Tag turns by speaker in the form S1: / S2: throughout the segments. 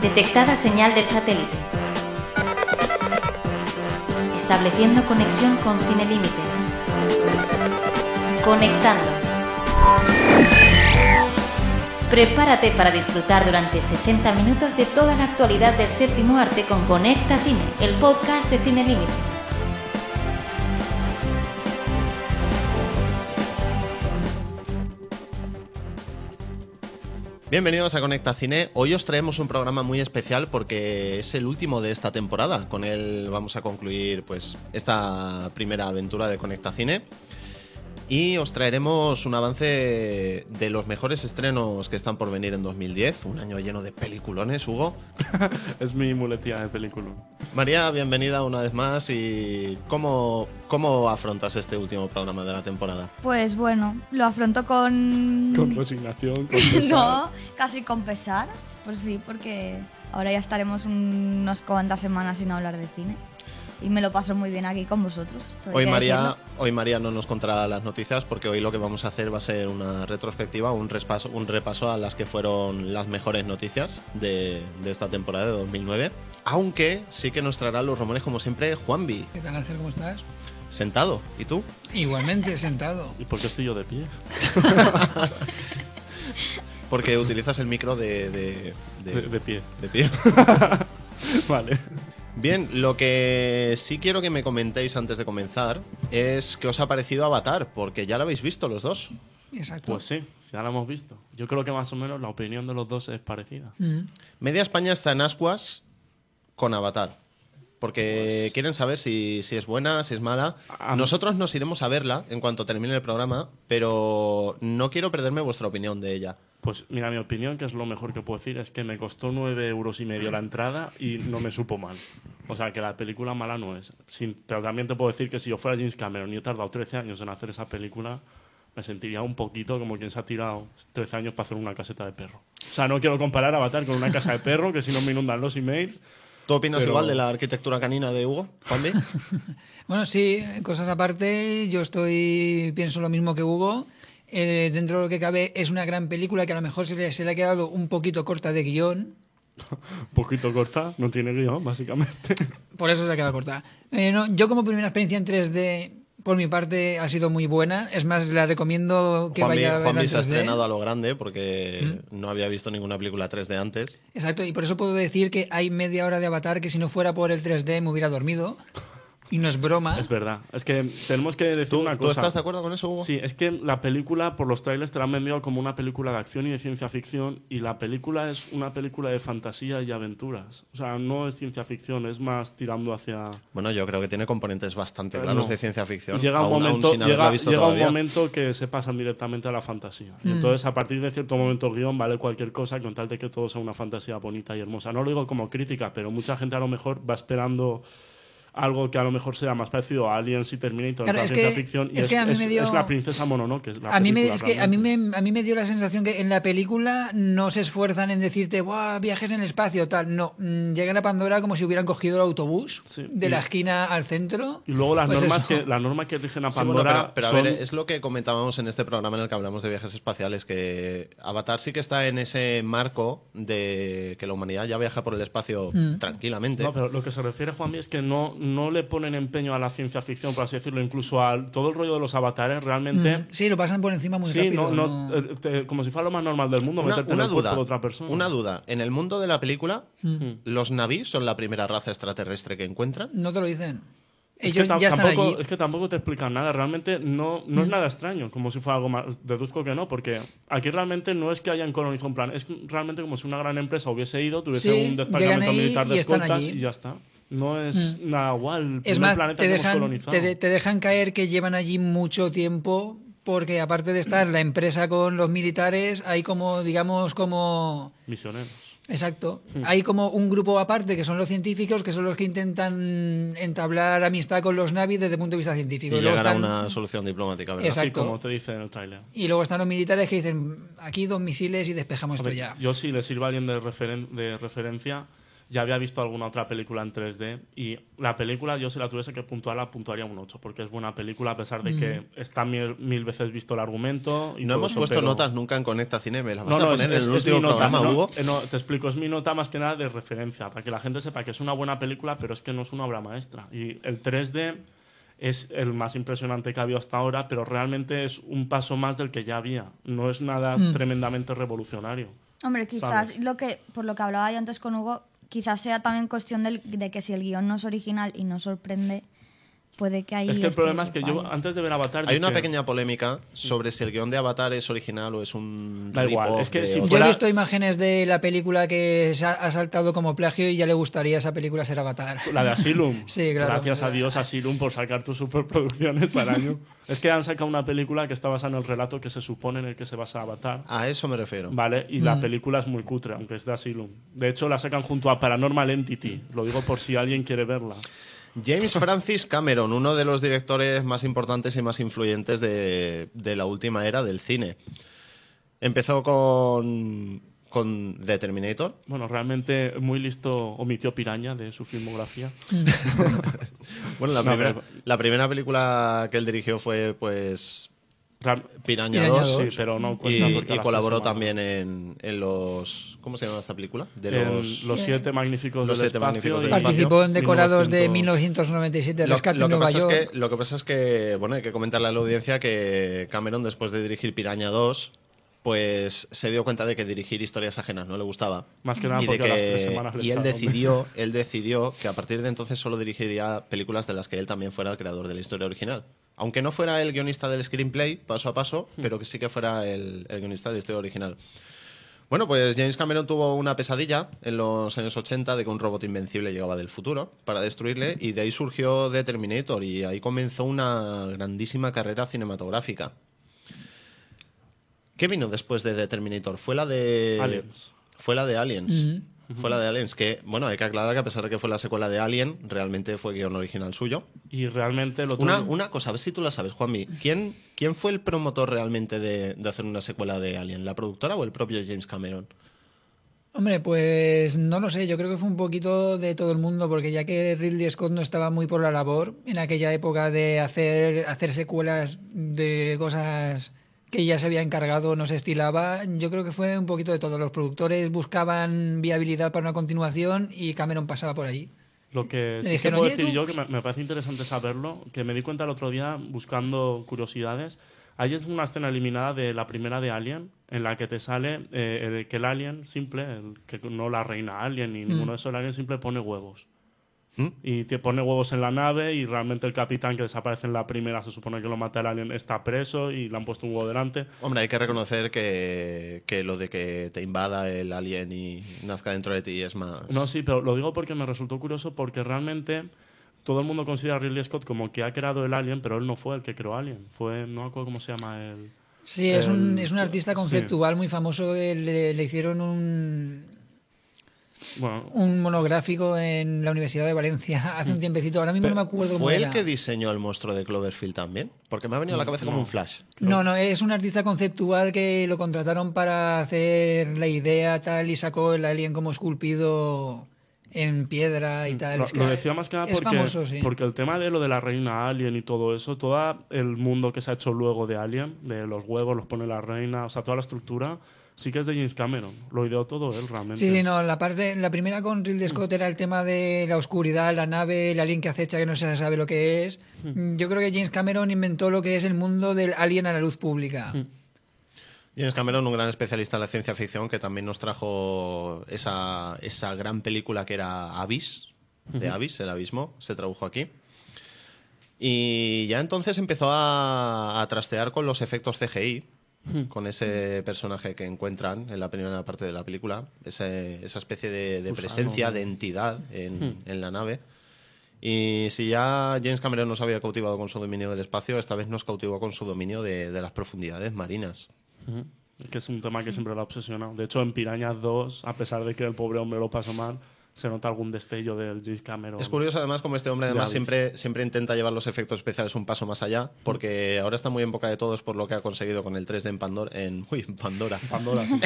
S1: Detectada señal del satélite. Estableciendo conexión con Cine Límite. Conectando. Prepárate para disfrutar durante 60 minutos de toda la actualidad del séptimo arte con Conecta Cine, el podcast de Cine Límite.
S2: Bienvenidos a Conecta Cine. Hoy os traemos un programa muy especial porque es el último de esta temporada. Con él vamos a concluir pues esta primera aventura de Conecta Cine y os traeremos un avance de los mejores estrenos que están por venir en 2010, un año lleno de peliculones, Hugo.
S3: es mi muletilla de película.
S2: María, bienvenida una vez más y ¿cómo, cómo afrontas este último programa de la temporada?
S4: Pues bueno, lo afronto con...
S3: Con resignación, con pesar.
S4: no, casi con pesar. Pues sí, porque ahora ya estaremos un- unas cuantas semanas sin hablar de cine. Y me lo paso muy bien aquí con vosotros. todo hay
S2: Hoy
S4: que
S2: María,
S4: decirlo.
S2: hoy María no nos contará las noticias porque hoy lo que vamos a hacer va a ser una retrospectiva, un repaso, un repaso a las que fueron las mejores noticias de, de esta temporada de 2009. Aunque sí que nos traerá los rumores como siempre Juanvi,
S5: ¿Qué tal Ángel? ¿Cómo estás?
S2: sentado. ¿Y tú?
S5: Igualmente sentado.
S3: ¿Y por qué estoy yo de pie?
S2: Porque utilizas el micro de, de- de-
S3: De, de pie.
S2: de pie.
S3: Vale.
S2: Bien, lo que sí quiero que me comentéis antes de comenzar es qué os ha parecido Avatar, porque ya lo habéis visto los dos.
S5: Exacto.
S3: Pues sí, ya la hemos visto. Yo creo que más o menos la opinión de los dos es parecida.
S5: Mm.
S2: Media España está en ascuas con Avatar. Porque
S3: Pues-
S2: quieren saber si, si es buena, si es mala.
S3: A- a-
S2: Nosotros nos iremos a verla en cuanto termine el programa, pero no quiero perderme vuestra opinión de ella.
S3: Pues mira, mi opinión, que es lo mejor que puedo decir, es que me costó nueve euros y medio la entrada y no me supo mal. O sea, que la película mala no es. Sin- pero también te puedo decir que si yo fuera James Cameron y yo he tardado 13 años en hacer esa película, me sentiría un poquito como quien se ha tirado 13 años para hacer una caseta de perro. O sea, no quiero comparar Avatar con una casa de perro, que si no me inundan los emails.
S2: ¿Tú opinas
S3: Pero-
S2: igual de la arquitectura canina de Hugo, Juanvi?
S5: Bueno, sí, cosas aparte, yo estoy pienso lo mismo que Hugo. Eh, dentro de lo que cabe es una gran película que a lo mejor se le, se le ha quedado un poquito corta de guión,
S3: Un poquito corta, no tiene guión, básicamente.
S5: por eso se ha quedado corta. Eh, no, yo como primera experiencia en 3D, por mi parte, ha sido muy buena. Es más, la recomiendo que
S2: Juanvi,
S5: vaya a verla
S2: Juanvi
S5: en
S2: se ha
S5: 3D.
S2: estrenado a lo grande porque
S3: ¿Mm?
S2: no había visto ninguna película 3D antes.
S5: Exacto, y por eso puedo decir que hay media hora de Avatar que si no fuera por el 3D me hubiera dormido. Y no es broma.
S3: Es verdad. Es que tenemos que decir
S2: ¿Tú,
S3: una
S2: tú
S3: cosa.
S2: estás de acuerdo con eso, Hugo?
S3: Sí, es que la película, por los trailers, te la han vendido como una película de acción y de ciencia ficción, y la película es una película de fantasía y aventuras. O sea, no es ciencia ficción, es más tirando hacia.
S2: Bueno, yo creo que tiene componentes bastante
S3: Pero
S2: claros
S3: no.
S2: de ciencia ficción.
S3: Y llega un
S2: aún- aún
S3: momento,
S2: sin haberla
S3: llega-
S2: visto
S3: llega un
S2: todavía.
S3: momento que se pasan directamente a la fantasía.
S5: Mm.
S3: Y Entonces, a partir de cierto momento, el guión vale cualquier cosa con tal de que todo sea una fantasía bonita y hermosa. No lo digo como crítica, pero mucha gente a lo mejor va esperando algo que a lo mejor sea más parecido a Aliens y Terminator,
S5: Claro,
S3: otra
S5: es
S3: ciencia
S5: que-
S3: ficción. y
S5: es que a mí me dio-
S3: es la princesa Mononoke. es la
S5: A mí, me,
S3: película
S5: es que a, mí
S3: realmente.
S5: me, a mí me dio la sensación que en la película no se esfuerzan en decirte, "Buah, viajes en el espacio, tal. No, mm, llegan a Pandora como si hubieran cogido el autobús
S3: Sí,
S5: de
S3: y-
S5: la esquina al centro.
S3: Y luego las
S5: Pues
S3: normas
S5: eso.
S3: que las normas que rigen a
S2: Sí, bueno,
S3: Pandora
S2: pero, pero a
S3: son-
S2: ver, es lo que comentábamos en este programa en el que hablamos de viajes espaciales, que Avatar sí que está en ese marco de que la humanidad ya viaja por el espacio
S5: Mm.
S2: tranquilamente.
S3: No, pero lo que se refiere Juanmi es que no, no le ponen empeño a la ciencia ficción, por así decirlo, incluso al todo el rollo de los avatares realmente.
S5: Mm. Sí, lo pasan por encima muy
S3: sí,
S5: rápido.
S3: no,
S5: no-
S3: no, eh, te- como si fuera lo más normal del mundo
S2: una,
S3: meterte
S2: una
S3: en el
S2: duda,
S3: cuerpo de otra persona.
S2: una duda. En el mundo de la película,
S3: Mm.
S2: los navíes son la primera raza extraterrestre que encuentran.
S5: No te lo dicen.
S3: Es
S5: Ellos
S3: que ta-
S5: ya están
S3: tampoco,
S5: allí. Mm.
S3: es que tampoco te explican nada, realmente no, no es nada extraño, como si fuera algo más, deduzco que no, porque aquí realmente no es que hayan colonizado un plan, es realmente como si una gran empresa hubiese ido, tuviese
S5: Sí,
S3: un
S5: llegan
S3: departamento
S5: ahí
S3: militar de
S5: y están
S3: escoltas
S5: allí. Mm.
S3: y ya está. No es nada guay, el
S5: Es
S3: primer
S5: más,
S3: planeta
S5: te
S3: que hemos
S5: dejan,
S3: colonizado.
S5: te, de- te dejan caer que llevan allí mucho tiempo porque aparte de estar la empresa con los militares, hay como, digamos, como...
S3: Misioneros.
S5: Exacto.
S2: Hmm.
S5: Hay como un grupo aparte que son los científicos, que son los que intentan entablar amistad con los navis desde el punto de vista
S2: Y,
S5: científico. luego
S2: llegar
S5: están,
S2: a una solución diplomática, ¿verdad?
S5: Exacto.
S3: Así como te dice en el tráiler.
S5: y luego están los militares que dicen, aquí dos misiles y despejamos
S3: A
S5: esto
S3: ver,
S5: ya.
S3: Yo sí le sirve a alguien de, referen- de referencia. ya había visto alguna otra película en 3D y la película yo si la tuviese que puntuar la puntuaría un 8 porque es buena película a pesar de
S5: Mm.
S3: que está mil, mil veces visto el argumento. Y
S2: No
S3: todo
S2: hemos
S3: eso,
S2: puesto
S3: pero-
S2: notas nunca en Conecta Cine, me las vas
S3: No,
S2: a
S3: no, es,
S2: poner
S3: es-
S2: en el
S3: es mi
S2: último
S3: nota,
S2: programa,
S3: no,
S2: Hugo.
S3: eh, no, te explico, es mi nota más que nada de referencia, para que la gente sepa que es una buena película, pero es que no es una obra maestra. Y el 3D es el más impresionante que ha habido hasta ahora, pero realmente es un paso más del que ya había. No es nada
S5: Mm.
S3: tremendamente revolucionario.
S4: Hombre,
S3: ¿Sabes?
S4: quizás lo que, por lo que hablaba yo antes con Hugo, quizás sea también cuestión del- de que si el guión no es original y no sorprende, puede que ahí.
S3: es que el
S4: esté
S3: problema es
S4: su
S3: que yo
S4: fallo.
S3: antes de ver Avatar...
S2: Hay una
S3: dije,
S2: pequeña polémica sobre si el guión de Avatar es original o es un.
S3: Da igual,
S2: rip-off
S3: es que
S2: de
S3: si
S2: otro.
S5: Yo
S3: fuera-
S5: he visto imágenes de la película que se ha, ha saltado como plagio y ya le gustaría esa película ser Avatar.
S3: La de Asylum.
S5: Sí, claro.
S3: Gracias a Dios, Asylum, por sacar tus superproducciones al año. es que han sacado una película que está basada en el relato que se supone en el que se basa Avatar.
S2: A eso me refiero.
S3: Vale, y
S5: Mm.
S3: la película es muy cutre, aunque es de Asylum. De hecho, la sacan junto a Paranormal Entity. Lo digo por si alguien quiere verla.
S2: James Francis Cameron, uno de los directores más importantes y más influyentes de, de la última era del cine. Empezó con, con The Terminator.
S3: Bueno, realmente muy listo omitió Piraña de su filmografía.
S2: Bueno, la,
S3: No,
S2: primera,
S3: pero-
S2: la primera película que él dirigió fue pues
S3: Ra-
S2: Piraña,
S5: Piraña
S2: 2.
S5: dos.
S3: Sí, pero no
S2: Y,
S3: cuenta porque
S2: y
S3: la
S2: colaboró
S3: estás sumando.
S2: también en, en los... ¿Cómo se llama esta película? De
S3: En
S2: los...
S3: los, siete magníficos
S2: Los
S3: del
S2: siete
S3: espacio
S2: magníficos
S3: y
S2: del espacio.
S5: Participó en decorados de
S3: 1900.
S5: 1997 de
S2: Lo-
S5: Rescate
S2: lo
S5: en
S2: que
S5: Nueva
S2: pasa es
S5: York.
S2: que- lo que pasa es que, bueno, hay que comentarle a la audiencia que Cameron, después de dirigir Piraña 2, pues se dio cuenta de que dirigir historias ajenas no le gustaba.
S3: Más que nada
S2: y de
S3: porque a las tres
S2: que-
S3: semanas le
S2: y él
S3: echaron.
S2: decidió, él decidió que a partir de entonces solo dirigiría películas de las que él también fuera el creador de la historia original. Aunque no fuera el guionista del screenplay, paso a paso,
S3: Hmm.
S2: pero que sí que fuera el, el guionista de la historia original. Bueno, pues James Cameron tuvo una pesadilla en los años 80 de que un robot invencible llegaba del futuro para destruirle y de ahí surgió The Terminator y ahí comenzó una grandísima carrera cinematográfica. ¿Qué vino después de The Terminator? Fue la de
S3: Aliens.
S2: Fue la de Aliens. Fue la de Aliens, que, bueno, hay que aclarar que a pesar de que fue la secuela de Alien, realmente fue guión original suyo.
S3: Y realmente lo
S2: Una,
S3: tuvo-
S2: una cosa, a ver si tú la sabes, Juanmi. ¿Quién, quién fue el promotor realmente de, de hacer una secuela de Alien? ¿La productora o el propio James Cameron?
S5: Hombre, pues no lo sé, yo creo que fue un poquito de todo el mundo, porque ya que Ridley Scott no estaba muy por la labor en aquella época de hacer, hacer secuelas de cosas que ya se había encargado, no se estilaba, yo creo que fue un poquito de todo. Los productores buscaban viabilidad para una continuación y Cameron pasaba por allí.
S3: Lo que
S5: Le
S3: sí que
S5: dijeron,
S3: puedo
S5: "Oye,
S3: decir
S5: tú".
S3: yo, que me, me parece interesante saberlo, que me di cuenta el otro día buscando curiosidades. Ahí es una escena eliminada de la primera de Alien, en la que te sale eh, eh, que el alien simple, el que no la reina alien ni ninguno de esos, el alien simple pone huevos.
S2: ¿Mm?
S3: Y te pone huevos en la nave y realmente el capitán que desaparece en la primera, se supone que lo mata el alien, está preso y le han puesto un huevo delante.
S2: Hombre, hay que reconocer que, que lo de que te invada el alien y nazca dentro de ti es más...
S3: No, sí, pero lo digo porque me resultó curioso porque realmente todo el mundo considera a Ridley Scott como que ha creado el Alien, pero él no fue el que creó Alien. Fue, no me acuerdo cómo se llama él.
S5: Sí, es, un,
S2: Eh,
S3: El-
S5: es un artista
S3: sí.
S5: conceptual muy famoso, que le- le hicieron un,
S3: Bueno,
S5: un monográfico en la Universidad de Valencia hace un tiempecito. Ahora mismo no me acuerdo cómo
S2: Mm. ¿Fue el
S5: era.
S2: que diseñó el monstruo de Cloverfield también? Porque me ha venido a la cabeza como un flash.
S5: No, no, es un artista conceptual que lo contrataron para hacer la idea tal y sacó el alien como esculpido en piedra y tal.
S3: Mm, lo,
S5: Es que
S3: lo decía más que nada
S5: es
S3: porque,
S5: famoso, sí.
S3: porque el tema de lo de la reina Alien y todo eso, todo el mundo que se ha hecho luego de Alien, de los huevos, los pone la reina, o sea, toda la estructura, sí que es de James Cameron. Lo ideó todo él realmente.
S5: Sí, sí, no, la parte, la primera con
S3: Mm.
S5: Ridley Scott era el tema de la oscuridad, la nave, el alien que acecha que no se sabe lo que es.
S3: Mm.
S5: Mm, Yo creo que James Cameron inventó lo que es el mundo del alien a la luz pública.
S3: Mm.
S2: James Cameron, un gran especialista en la ciencia ficción, que también nos trajo esa, esa gran película que era Abyss, de Abyss, el abismo, se tradujo aquí. Y ya entonces empezó a, a trastear con los efectos CGI, con ese personaje que encuentran en la primera parte de la película, ese- esa especie de, de
S3: Gusano,
S2: presencia,
S3: ¿no?
S2: de entidad en, en la nave. Y si ya James Cameron nos había cautivado con su dominio del espacio, esta vez nos cautivó con su dominio de- de las profundidades marinas.
S3: Que es un tema que siempre lo ha obsesionado. De hecho, en Pirañas 2, a pesar de que el pobre hombre lo pasó mal, se nota algún destello del James Cameron.
S2: Es curioso además como este hombre
S3: Ya
S2: además
S3: ves.
S2: siempre, siempre intenta llevar los efectos especiales un paso más allá, porque ahora está muy en boca de todos por lo que ha conseguido con el 3D en Pandora, en, uy, en Pandora,
S3: Pandora, sí.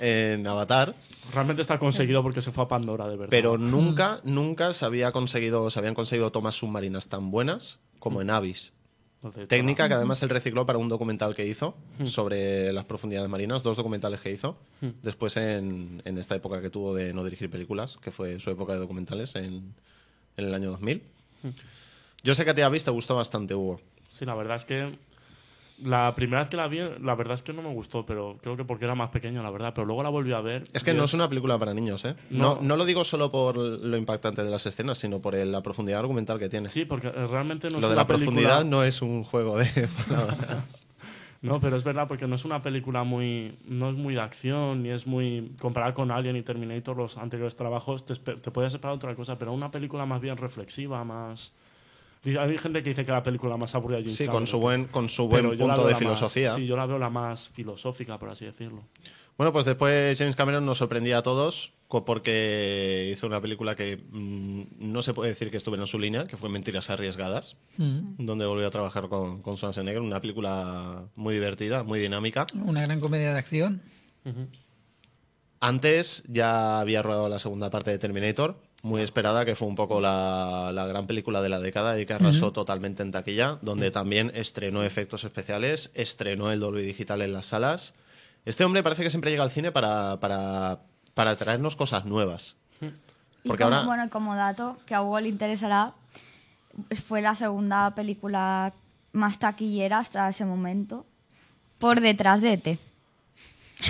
S2: en, en Avatar,
S3: Realmente está conseguido porque se fue a Pandora, de verdad.
S2: pero nunca, nunca se había conseguido, se habían conseguido tomas submarinas tan buenas como en Avis.
S3: Entonces,
S2: Técnica que además él recicló para un documental que hizo
S3: Hmm.
S2: sobre las profundidades marinas, dos documentales que hizo. Después en, en esta época que tuvo de no dirigir películas, que fue su época de documentales en, en el año 2000.
S3: Hmm.
S2: Yo sé que a ti Avis te gustó bastante, Hugo.
S3: Sí, la verdad es que la primera vez que la vi, la verdad es que no me gustó, pero creo que porque era más pequeño, la verdad. Pero luego la volví a ver.
S2: Es que
S3: y
S2: no es una película para niños, ¿eh? No,
S3: No.
S2: no lo digo solo por lo impactante de las escenas, sino por el- la profundidad argumental que tiene.
S3: Sí, porque eh, realmente no es
S2: lo de
S3: una
S2: la
S3: película-
S2: profundidad no es un juego de palabras.
S3: No, pero es verdad, porque no es una película muy. No es muy de acción, ni es muy. Comparada con Alien y Terminator, los anteriores trabajos, te, espe- te podías esperar otra cosa, pero una película más bien reflexiva, más. Y Hay gente que dice que la película más aburrida es James
S2: sí, con
S3: Cameron,
S2: su buen, con su
S3: pero
S2: buen
S3: yo la
S2: punto
S3: veo
S2: de
S3: la más-
S2: filosofía.
S3: sí, yo la veo la más filosófica, por así decirlo.
S2: Bueno, pues después James Cameron nos sorprendía a todos co- porque hizo una película que mm, no se puede decir que estuviera en su línea, que fue Mentiras Arriesgadas,
S5: Mm.
S2: donde volvió a trabajar con, con Schwarzenegger, una película muy divertida, muy dinámica.
S5: Una gran comedia de acción.
S2: Antes ya había rodado la segunda parte de Terminator, muy esperada, que fue un poco la, la gran película de la década y que arrasó totalmente en taquilla, donde también estrenó efectos especiales, estrenó el Dolby Digital en las salas. Este hombre parece que siempre llega al cine para, para, para traernos cosas nuevas.
S4: Y
S2: Porque
S4: como,
S2: ahora-
S4: bueno, como dato que a Hugo le interesará, fue la segunda película más taquillera hasta ese momento, por detrás de E ET.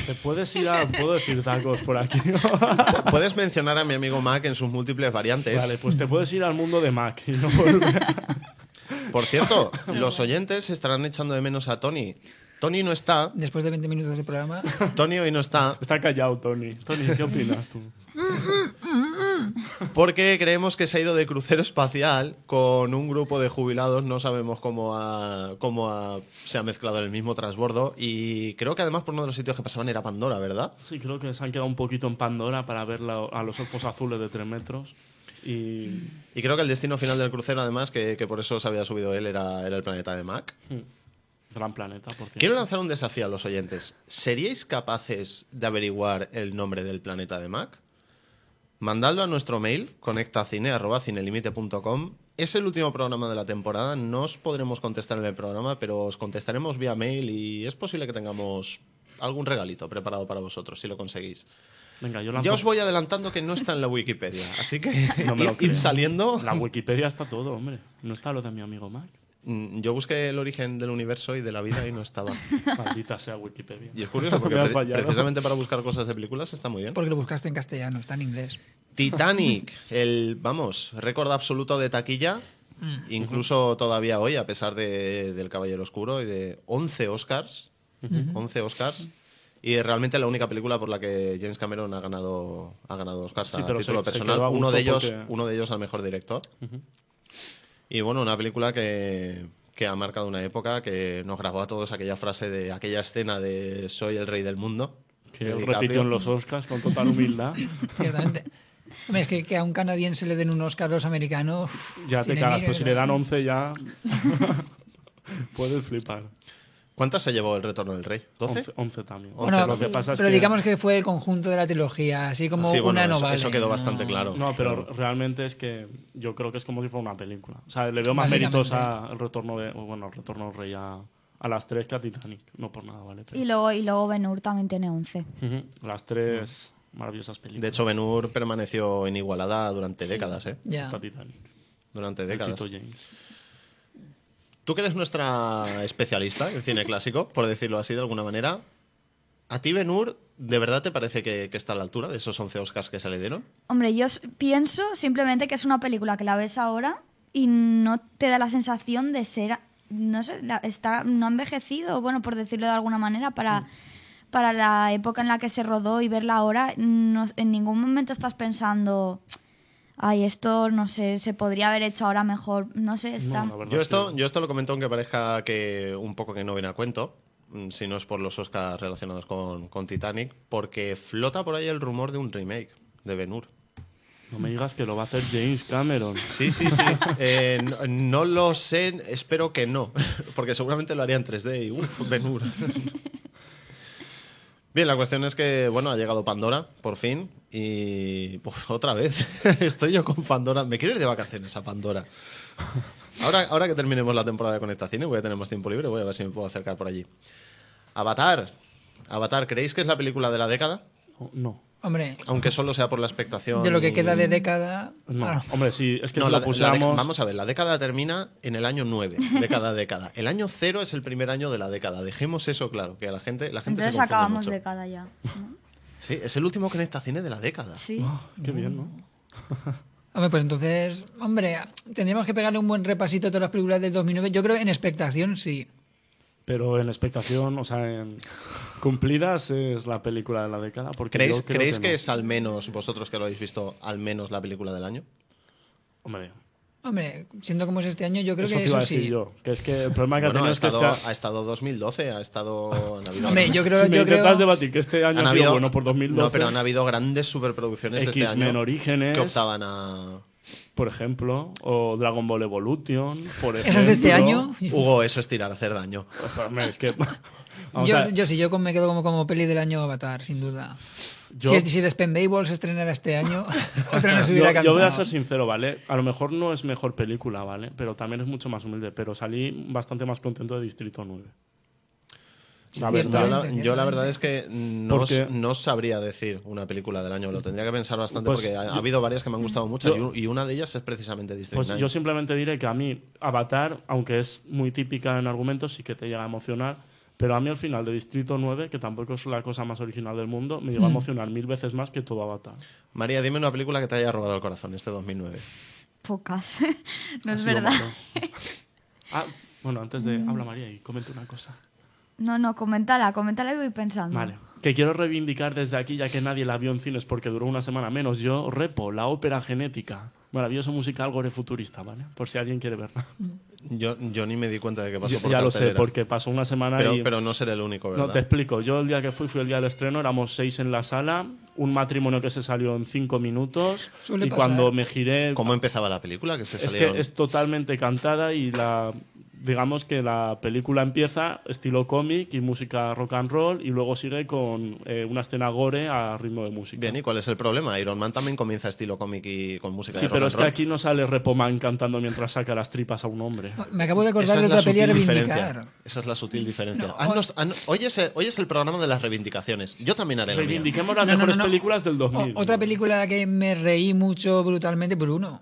S3: Te puedes ir a. Puedo decir tacos por aquí.
S2: Pu- Puedes mencionar a mi amigo Mac en sus múltiples variantes.
S3: Vale, pues te puedes ir al mundo de Mac y no volver.
S2: Por cierto, los oyentes estarán echando de menos a Tony. Tony no está,
S5: Después de 20 minutos de programa,
S2: Tony hoy no está,
S3: Está callado, Tony. Tony, ¿qué opinas tú?
S2: Porque creemos que se ha ido de crucero espacial con un grupo de jubilados, no sabemos cómo, ha- cómo ha- se ha mezclado en el mismo transbordo. Y creo que además por uno de los sitios que pasaban era Pandora, ¿verdad?
S3: Sí, creo que se han quedado un poquito en Pandora para ver la- a los ojos azules de 3 metros. Y
S2: Y creo que el destino final del crucero, además, que, que por eso se había subido él, era, era el planeta de Mac.
S3: gran planeta, por cierto.
S2: Quiero lanzar un desafío a los oyentes. ¿Seríais capaces de averiguar el nombre del planeta de Mac? Mandadlo a nuestro mail, conectacine.com. Es el último programa de la temporada, no os podremos contestar en el programa, pero os contestaremos vía mail y es posible que tengamos algún regalito preparado para vosotros, si lo conseguís.
S3: Venga, yo lanzo.
S2: Ya os voy adelantando que no está en la Wikipedia, así que
S3: No me lo
S2: id- id
S3: creo.
S2: saliendo.
S3: La Wikipedia está todo, hombre. No está lo de mi amigo Mac.
S2: Mm, Yo busqué el origen del universo y de la vida y no estaba.
S3: Maldita sea Wikipedia.
S2: Y es curioso porque
S3: Me has
S2: pre-
S3: fallado.
S2: precisamente para buscar cosas de películas está muy bien.
S5: porque lo buscaste en castellano, está en inglés.
S2: Titanic, el, vamos, récord absoluto de taquilla, incluso todavía hoy, a pesar de, del Caballero Oscuro, y de 11 Oscars, 11 Oscars, y realmente la única película por la que James Cameron ha ganado, ha ganado Oscars
S3: Sí,
S2: a
S3: pero se-
S2: título
S3: se
S2: personal,
S3: quedó a
S2: uno
S3: gusto
S2: de, ellos,
S3: porque-
S2: uno de ellos al mejor director. Y bueno, una película que, que ha marcado una época, que nos grabó a todos aquella frase de aquella escena de Soy el rey del mundo.
S3: Que
S2: de
S3: repitió
S2: DiCaprio.
S3: en los Oscars con total humildad.
S5: Ciertamente. Hombre, es que, que a un canadiense le den un Oscar a los americanos. uf,
S3: Ya te
S5: tiene
S3: cagas,
S5: mil,
S3: pues si le
S5: ¿verdad?
S3: dan 11 ya. Puedes flipar.
S2: ¿Cuántas se llevó el retorno del rey? ¿12?
S3: 11, 11 también.
S5: Bueno,
S3: lo que pasa es
S5: pero
S3: que-
S5: digamos que fue el conjunto de la trilogía, así como
S2: Sí, bueno,
S5: una no
S2: eso,
S5: vale,
S2: eso quedó
S5: no.
S2: bastante claro.
S3: No, pero realmente es que yo creo que es como si fuera una película. O sea, le veo más
S5: Básicamente.
S3: meritosa el retorno de. Bueno, el retorno del rey a, a las tres que a Titanic. No por nada, ¿vale? Pero-
S4: Y luego, y luego Ben Hur también tiene 11.
S3: Ujú, Las tres maravillosas películas.
S2: De hecho, Benur permaneció inigualada durante décadas, ¿eh?
S5: Ya.
S3: Hasta Titanic.
S2: Durante
S3: El
S2: décadas.
S3: Tito James.
S2: Tú que eres nuestra especialista en cine clásico, por decirlo así de alguna manera, ¿a ti Benur de verdad te parece que, que está a la altura de esos 11 Oscars que se le dieron?
S4: Hombre, yo s- pienso simplemente que es una película que la ves ahora y no te da la sensación de ser, no sé, la- está, no ha envejecido, bueno, por decirlo de alguna manera, para, para la época en la que se rodó y verla ahora, no s- en ningún momento estás pensando, ay, esto, no sé, se podría haber hecho ahora mejor, no sé, está...
S3: No, la verdad
S2: Yo
S3: es
S2: esto,
S3: que-
S2: yo esto lo comento aunque parezca que un poco que no viene a cuento, mm, si no es por los Oscars relacionados con, con Titanic, porque flota por ahí el rumor de un remake de Benur.
S3: No me digas que lo va a hacer James Cameron.
S2: Sí, sí, sí. Eh, no, no lo sé, espero que no, porque seguramente lo haría en 3D y uff, venura. Bien, la cuestión es que, bueno, ha llegado Pandora, por fin, y pues otra vez estoy yo con Pandora. Me quiero ir de vacaciones a Pandora. Ahora, ahora que terminemos la temporada de Conecta Cine, voy a tener más tiempo libre, voy a ver si me puedo acercar por allí. Avatar. Avatar, ¿creéis que es la película de la década?
S3: Oh, No.
S5: Hombre,
S2: Aunque solo sea por la expectación.
S5: de lo que
S2: y-
S5: queda de década.
S3: No.
S5: bueno,
S3: Hombre, sí, es que
S2: No, la
S3: si lo
S2: de- la de-
S3: pusiéramos.
S2: vamos a ver, la década termina en el año 9 de cada década. El año 0 es el primer año de la década. Dejemos eso claro, que a la gente, la gente
S4: Entonces
S2: se confunde
S4: acabamos
S2: mucho.
S4: de cada ya. ¿no?
S2: Sí, es el último que conecta cine de la década.
S4: Sí.
S3: Qué bien, ¿no?
S5: hombre, pues entonces, hombre, tendríamos que pegarle un buen repasito a todas las películas del 2009. Yo creo que en expectación sí.
S3: Pero en expectación, o sea, en cumplidas es la película de la década. Porque
S2: ¿Creéis,
S3: yo creo
S2: ¿creéis que,
S3: no.
S2: es al menos, vosotros que lo habéis visto, al menos la película del año?
S3: Hombre,
S5: Hombre, siendo como es este año, yo creo
S3: eso
S5: que
S3: te iba
S5: eso
S3: a decir
S5: sí.
S3: yo. Que es que el problema que ha
S2: Bueno,
S3: tenido
S2: ha
S3: es que
S2: estado,
S3: este-
S2: ha estado 2012, ha estado... han habido-
S5: Hombre, yo creo-
S3: si me intentas
S5: creo-
S3: debatir que este año
S2: han
S3: ha sido
S2: habido-
S3: bueno por 2012,
S2: No, pero han habido grandes superproducciones este
S3: X-Men
S2: año
S3: Orígenes,
S2: que optaban a...
S3: por ejemplo, o Dragon Ball Evolution, por ejemplo.
S5: ¿Esas de este año?
S2: Hugo, eso es tirar a hacer daño.
S3: Hombre, es que... Vamos a
S5: Yo,
S3: ver,
S5: yo sí, yo con- me quedo como, como peli del año Avatar, sin duda.
S3: yo-
S5: Si, es- si Spendable se estrenara este año, otra no se
S3: Yo-
S5: hubiera
S3: yo,
S5: cantado.
S3: voy a ser sincero, ¿vale? A lo mejor no es mejor película, ¿vale? Pero también es mucho más humilde. Pero salí bastante más contento de Distrito 9. La
S5: Cierto,
S2: Yo
S3: verdad.
S2: la,
S5: Ciertamente,
S2: yo la verdad
S5: ciertamente.
S2: es que no,
S3: Porque-
S2: s- no sabría decir una película del año. Lo tendría que pensar bastante
S3: Pues
S2: porque ha, ha
S3: yo-
S2: habido varias que me han gustado mucho
S3: yo-
S2: y u- y, una de ellas es precisamente District
S3: Pues
S2: 9.
S3: yo simplemente diré que a mí Avatar, aunque es muy típica en argumentos, sí que te llega a emocionar. Pero a mí al final de Distrito 9, que tampoco es la cosa más original del mundo, me llegó
S4: Hmm.
S3: a emocionar mil veces más que todo Avatar.
S2: María, dime una película que te haya robado el corazón este 2009.
S4: Pocas. no
S3: Ha
S4: es
S3: sido
S4: verdad.
S3: malo. Ah, bueno, antes de... Habla María y comenta una cosa.
S4: No, no, coméntala, coméntala y voy pensando.
S3: Vale. Que quiero reivindicar desde aquí, ya que nadie la vio en cines porque duró una semana menos. Yo, Repo, la ópera genética. Maravilloso musical gore futurista, ¿vale? Por si alguien quiere verla.
S2: Yo, yo ni me di cuenta de que pasó
S3: Yo-
S2: por
S3: ya lo sé,
S2: cartelera.
S3: porque pasó una semana
S2: pero,
S3: y...
S2: pero no seré el único, ¿verdad?
S3: No, te explico. Yo el día que fui, fui el día del estreno, éramos seis en la sala, un matrimonio que se salió en cinco minutos
S5: Suele
S3: y
S5: pasar.
S3: cuando me giré...
S2: ¿Cómo empezaba la película? Que se
S3: Es
S2: salieron?
S3: que es totalmente cantada y la digamos que la película empieza estilo cómic y música rock and roll y luego sigue con eh, una escena gore a ritmo de música.
S2: Bien, ¿y cuál es el problema? Iron Man también comienza estilo cómic y con música de
S3: Sí,
S2: rock
S3: pero
S2: and
S3: es que
S2: roll.
S3: aquí no sale Repoman cantando mientras saca las tripas a un hombre.
S5: Me acabo de
S2: Esa
S5: acordar
S2: es
S5: de
S2: la
S5: otra peli a
S2: sutil
S5: reivindicar.
S2: diferencia. Esa es la sutil diferencia. Haznos- haznos- hoy, es el, hoy es el programa de las reivindicaciones. Yo también haré la mía.
S3: Reivindiquemos las
S5: No, no,
S3: mejores
S5: no, no.
S3: películas del 2000.
S5: O- otra película que me reí mucho brutalmente, Bruno.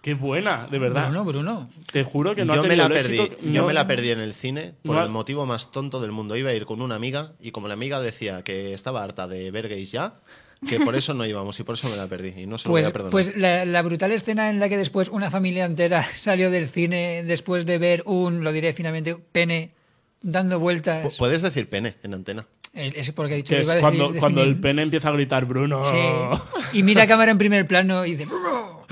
S3: Qué buena, de verdad.
S5: Bruno, Bruno.
S3: Te juro que no ha
S2: yo me
S3: tenido
S2: la
S3: el
S2: perdí,
S3: éxito que-
S2: yo
S3: no-
S2: me la perdí en el cine por
S3: no ha-
S2: el motivo más tonto del mundo. Iba a ir con una amiga y como la amiga decía que estaba harta de ver gays ya, que por eso no íbamos y por eso me la perdí y no se lo voy
S5: Pues,
S2: a perdonar.
S5: pues la, la brutal escena en la que después una familia entera salió del cine después de ver un, lo diré finalmente, pene dando
S2: Pu-
S5: vueltas.
S2: Puedes decir pene en antena.
S5: Eh, Es porque ha dicho
S3: que
S5: que
S3: es
S5: iba a decir-
S3: cuando,
S5: definir-
S3: cuando el pene empieza a gritar Bruno. Oh.
S5: Sí. Y mira a cámara en primer plano y dice "Bruno".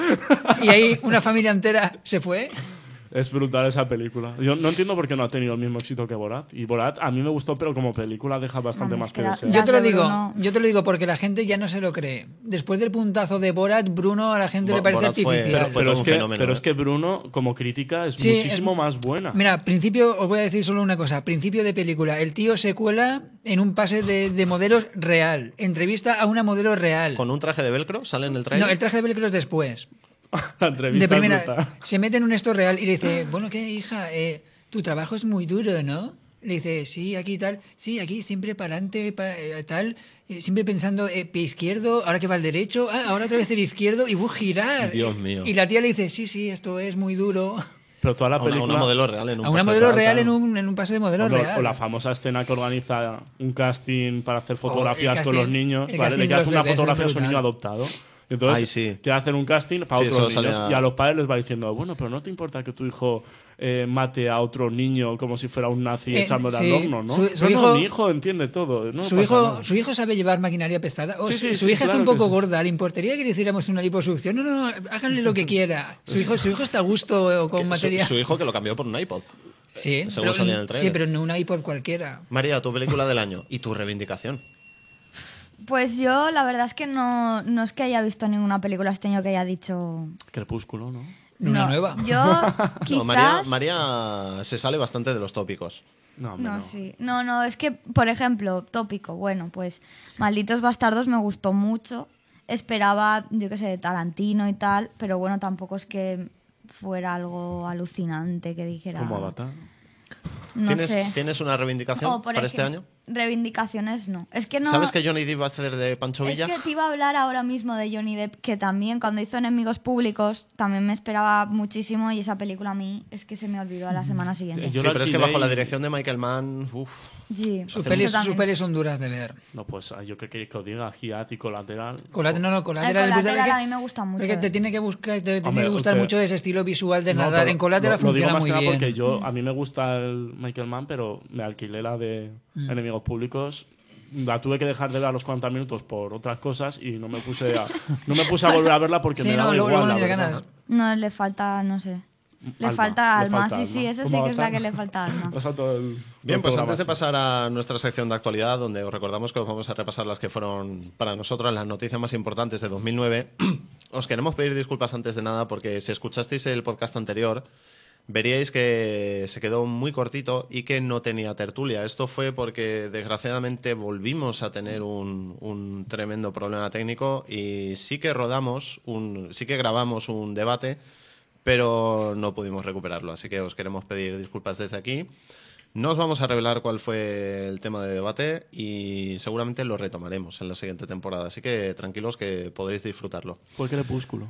S5: Y ahí una familia entera se fue.
S3: Es brutal esa película. Yo no entiendo por qué no ha tenido el mismo éxito que Borat. Y Borat a mí me gustó, pero como película deja bastante
S4: Vamos,
S3: más que
S4: que la-
S3: desear.
S5: Yo te lo
S4: de
S5: digo,
S4: Bruno.
S5: yo te lo digo porque la gente ya no se lo cree. Después del puntazo de Borat, Bruno a la gente
S2: Bo-
S5: le parece
S2: Borat fue-
S5: artificial.
S2: fue
S3: Pero,
S2: todo
S3: es
S2: un
S3: que,
S2: fenómeno,
S3: pero
S2: ¿eh?
S3: es que Bruno, como crítica, es
S5: Sí,
S3: muchísimo
S5: es-
S3: más buena.
S5: Mira, principio, os voy a decir solo una cosa. Principio de película. El tío se cuela en un pase de, de modelos real. Entrevista a una modelo real.
S2: Con un traje de velcro sale en el trailer.
S5: No, el traje de velcro es después.
S3: La entrevista
S5: De
S3: es
S5: primera,
S3: brutal.
S5: se mete en un esto real y le dice, bueno, ¿qué, hija? Eh, tu trabajo es muy duro, ¿no? Le dice, sí, aquí tal, sí, aquí siempre para adelante, pa- eh, tal, eh, siempre pensando, eh, pie izquierdo, ahora que va al derecho, ah, ahora otra vez el izquierdo y voy a girar.
S2: Dios mío.
S5: Y la tía le dice, sí, sí, esto es muy duro.
S3: Pero toda la
S2: A una, a
S3: película.
S2: una modelo real en un
S5: A una
S2: pase
S5: modelo
S2: atrás,
S5: real
S2: tal.
S5: en un, en un pase de modelo
S3: O lo-
S5: real. ¿eh?
S3: o la famosa escena que organiza un casting para hacer fotografías
S5: casting-
S3: con los niños.
S5: el
S3: ¿vale?
S5: casting
S3: Le que
S5: de
S3: hace
S5: los
S3: una
S5: bebés es
S3: fotografía a su
S5: brutal.
S3: niño adoptado. Y Entonces,
S2: Ay, sí.
S3: que hacen un casting para
S2: Sí,
S3: otros
S2: eso
S3: niños.
S2: sale a-
S3: Y a los padres les va diciendo, bueno, pero no te importa que tu hijo eh, mate a otro niño como si fuera un nazi
S5: Eh,
S3: echándole
S5: sí.
S3: al horno, ¿no?
S5: Su-
S3: no, no,
S5: su hijo-
S3: mi hijo entiende todo. no
S5: su,
S3: pasa
S5: hijo,
S3: nada".
S5: su hijo sabe llevar maquinaria pesada. O
S3: Sí,
S5: su-
S3: sí,
S5: su
S3: sí,
S5: hija
S3: claro
S5: está un poco
S3: que sí.
S5: gorda. ¿Le importaría que le hiciéramos una liposucción? No, no, no, háganle lo que quiera. Su hijo, su hijo está a gusto eh, o
S2: Que-
S5: con
S2: su-
S5: material.
S2: su hijo que lo cambió por un iPod.
S5: Sí,
S2: Según salía en el tráiler.
S5: sí, pero no un iPod cualquiera.
S2: María, tu película del año y tu reivindicación.
S4: Pues yo la verdad es que no, no es que haya visto ninguna película este año que haya dicho...
S3: Crepúsculo, ¿no?
S5: Una
S4: no.
S5: nueva.
S4: Yo quizás...
S2: No, María, María se sale bastante de los tópicos.
S3: No, hombre,
S4: No,
S3: no.
S4: sí. No, no, es que, por ejemplo, tópico. Bueno, pues Malditos Bastardos me gustó mucho. Esperaba, yo qué sé, de Tarantino y tal, pero bueno, tampoco es que fuera algo alucinante que dijera.
S3: Como Avatar.
S4: No
S2: ¿Tienes,
S4: sé.
S2: ¿Tienes una reivindicación
S4: O, por
S2: para este
S4: ej-
S2: año?
S4: Reivindicaciones no. Es que no.
S2: ¿Sabes que Johnny Depp va a hacer de Pancho
S4: es
S2: Villa?
S4: que te iba a hablar ahora mismo de Johnny Depp, que también cuando hizo Enemigos Públicos también me esperaba muchísimo y esa película a mí es que se me olvidó a la semana siguiente.
S3: Eh, yo
S2: sí,
S3: la
S2: pero es que
S3: alquilé
S2: bajo la
S3: y-
S2: dirección de Michael Mann, uff.
S4: Sí,
S5: Sus
S4: eso
S5: pelis, sus
S4: también.
S5: pelis son duras de ver.
S3: No, pues ah, yo creo que, que os diga Giat y Colateral.
S5: Colateral, no, no, colateral,
S4: Oh. El
S5: es brutal,
S4: Collateral
S5: es que-
S4: a mí me gusta mucho,
S5: Porque te
S4: eh.
S5: tiene que, buscar, te, tiene
S3: Hombre,
S5: que gustar
S3: usted-
S5: mucho ese estilo visual de
S3: No,
S5: narrar.
S3: pero
S5: en Colateral
S3: lo- lo digo
S5: funciona
S3: más
S5: muy
S3: que nada
S5: bien.
S3: porque
S4: Mm.
S3: yo, a mí me gusta el Michael Mann, pero me alquilé la de
S4: Mm.
S3: Enemigos Públicos. La tuve que dejar de ver a los 40 minutos por otras cosas y no me puse a, no me puse a volver a verla porque
S5: Sí,
S3: me
S5: no,
S3: daba
S5: luego-
S3: igual.
S5: luego
S3: la
S5: le
S3: verdad.
S5: ganas.
S4: No, le falta, no sé. Le
S3: Alma,
S4: falta
S3: le
S4: alma.
S3: falta
S4: sí, sí,
S3: alma.
S4: esa
S3: ¿Cómo
S4: sí
S3: va
S4: que es la
S3: Alma?
S4: que le falta alma.
S3: O sea, todo el-
S2: Bien,
S3: todo
S2: pues
S3: el
S2: antes de
S3: programa.
S2: pasar a nuestra sección de actualidad, donde os recordamos que os vamos a repasar las que fueron para nosotros las noticias más importantes de 2009, os queremos pedir disculpas antes de nada porque si escuchasteis el podcast anterior, veríais que se quedó muy cortito y que no tenía tertulia. Esto fue porque desgraciadamente volvimos a tener un, un tremendo problema técnico y sí que rodamos, un, sí que grabamos un debate, pero no pudimos recuperarlo. Así que os queremos pedir disculpas desde aquí. No os vamos a revelar cuál fue el tema de debate y seguramente lo retomaremos en la siguiente temporada. Así que tranquilos que podréis disfrutarlo.
S3: Fue Crepúsculo.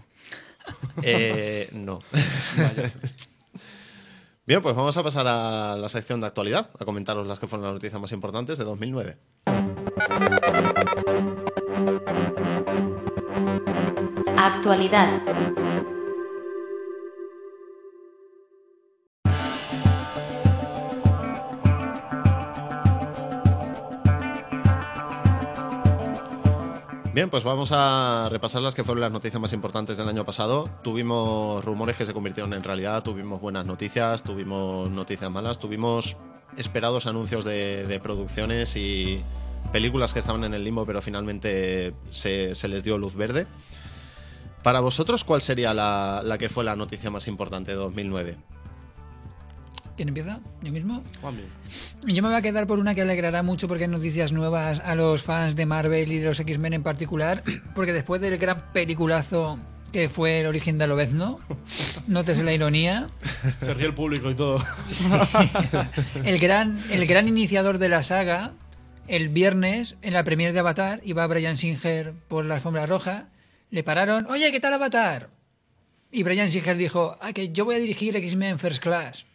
S2: Eh, no. Bien, pues vamos a pasar a la sección de actualidad, a comentaros las que fueron las noticias más importantes de 2009.
S1: Actualidad.
S2: Bien, pues vamos a repasar las que fueron las noticias más importantes del año pasado. Tuvimos rumores que se convirtieron en realidad, tuvimos buenas noticias, tuvimos noticias malas, tuvimos esperados anuncios de, de producciones y películas que estaban en el limbo pero finalmente se, se les dio luz verde. Para vosotros, ¿cuál sería la, la que fue la noticia más importante de 2009?
S5: ¿Quién empieza? ¿Yo mismo?
S3: Juan bien.
S5: Yo me voy a quedar por una que alegrará mucho porque hay noticias nuevas a los fans de Marvel y de los X-Men en particular, porque después del gran peliculazo que fue El origen de Lobezno, nótese la ironía,
S3: Se ríe el público y todo.
S5: el gran, el gran iniciador de la saga, el viernes en la premiere de Avatar, iba Brian Singer por la alfombra roja, le pararon, oye, ¿qué tal Avatar? Y Brian Singer dijo, ah, que yo voy a dirigir X-Men First Class.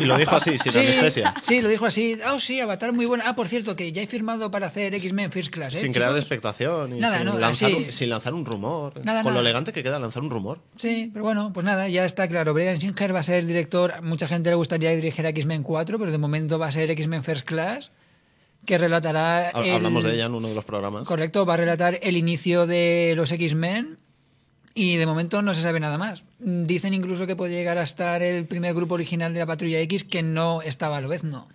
S2: Y lo dijo así, sin anestesia.
S5: sí, lo dijo así. Ah, sí, Avatar muy buena. Ah, por cierto, que ya he firmado para hacer X-Men First Class. ¿eh,
S2: Sin crear
S5: chicos?
S2: expectación y
S5: Nada,
S2: sin,
S5: no,
S2: lanzar,
S5: así.
S2: sin lanzar un rumor.
S5: Nada,
S2: Con lo
S5: nada.
S2: elegante que queda lanzar un rumor.
S5: Sí, pero bueno, pues nada, ya está claro. Brian Singer va a ser el director. A Mucha gente le gustaría que dirigiera X-Men 4, pero de momento va a ser X-Men First Class, que relatará.
S2: Ha-
S5: el-
S2: Hablamos
S4: Em,
S2: de ella en uno de los programas.
S5: Correcto, va a relatar el inicio de los X-Men. Y de momento no se sabe nada más. Dicen incluso que puede llegar a estar el primer grupo original de la Patrulla X que no estaba a lo vez, no.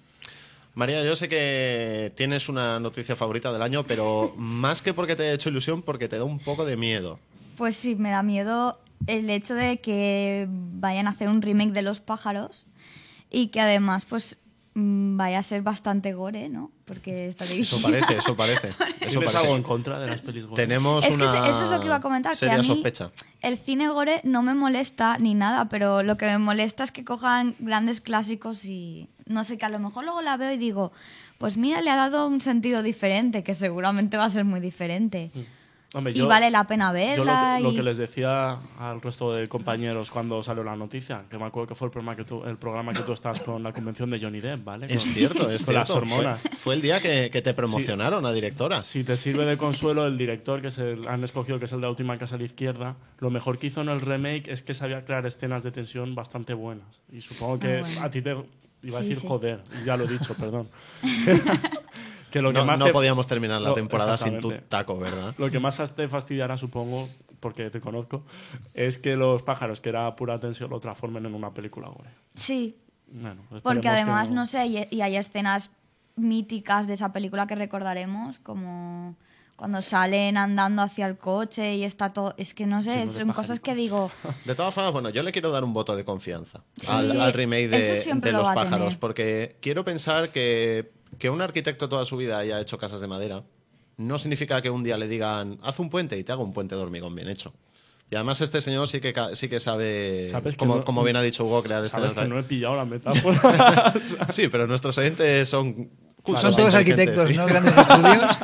S2: María, yo sé que tienes una noticia favorita del año, pero más que porque te he hecho ilusión, porque te da un poco de miedo.
S4: Pues sí, me da miedo el hecho de que vayan a hacer un remake de Los Pájaros y que además, pues, mm, vaya a ser bastante gore, ¿no? Porque está
S2: Eso
S4: dirigida.
S2: parece, eso parece. Eso
S3: ¿Tienes
S2: parece.
S3: algo en contra de las pelis gore?
S2: Tenemos
S4: Es que
S2: una
S4: se- eso es lo que iba a comentar, que
S2: seria
S4: a mí
S2: sospecha.
S4: el cine gore no me molesta ni nada, pero lo que me molesta es que cojan grandes clásicos y no sé, que a lo mejor luego la veo y digo, pues mira, le ha dado un sentido diferente, que seguramente va a ser muy diferente.
S3: Hombre,
S4: Y vale la pena
S3: Yo lo
S4: verla
S3: que, lo
S4: y-
S3: que les decía al resto de compañeros cuando salió la noticia, que me acuerdo que fue el programa que tú, el programa que tú estás con la convención de Johnny Depp, ¿vale?
S2: Es
S3: Con-
S2: cierto, es
S3: con las
S2: cierto.
S3: hormonas.
S2: Fue, fue el día que, que te promocionaron a directora.
S3: Si te sirve de consuelo, el director que es el- han escogido, que es el de Última Casa a la Izquierda, lo mejor que hizo en el remake es que sabía crear escenas de tensión bastante buenas. Y supongo que
S4: Ah, bueno.
S3: a ti te iba a
S4: Sí,
S3: decir
S4: sí.
S3: joder, ya lo he dicho, perdón. que lo que
S2: No,
S3: más
S2: no
S3: te-
S2: podíamos terminar la
S3: No,
S2: temporada sin tu
S3: exactamente.
S2: taco, ¿verdad?
S3: Lo que más te fastidiará, supongo, porque te conozco, es que los pájaros, que era pura tensión, lo transformen en una película gore.
S4: Sí,
S3: Bueno, esperemos
S4: Porque además,
S3: que
S4: no sé, y, y hay escenas míticas de esa película que recordaremos, como cuando salen andando hacia el coche y está todo... Es que no sé,
S3: Lleno de
S4: son cosas que digo...
S2: De todas formas, bueno, yo le quiero dar un voto de confianza
S4: Sí,
S2: al, al remake de,
S4: eso siempre
S2: de
S4: lo
S2: Los
S4: va a
S2: pájaros,
S4: tener.
S2: porque quiero pensar que, que un arquitecto toda su vida haya hecho casas de madera no significa que un día le digan, haz un puente y te hago un puente de hormigón bien hecho. Y además este señor sí que, ca- sí que sabe,
S3: Sabes que
S2: como,
S3: no-
S2: como bien ha dicho Hugo, crear
S3: Sabes
S2: escenas
S3: que
S2: de-
S3: no he pillado la metáfora.
S2: Sí, pero nuestros oyentes son...
S5: Son todos
S2: inteligentes,
S5: arquitectos,
S2: sí.
S5: ¿no? Grandes estudios.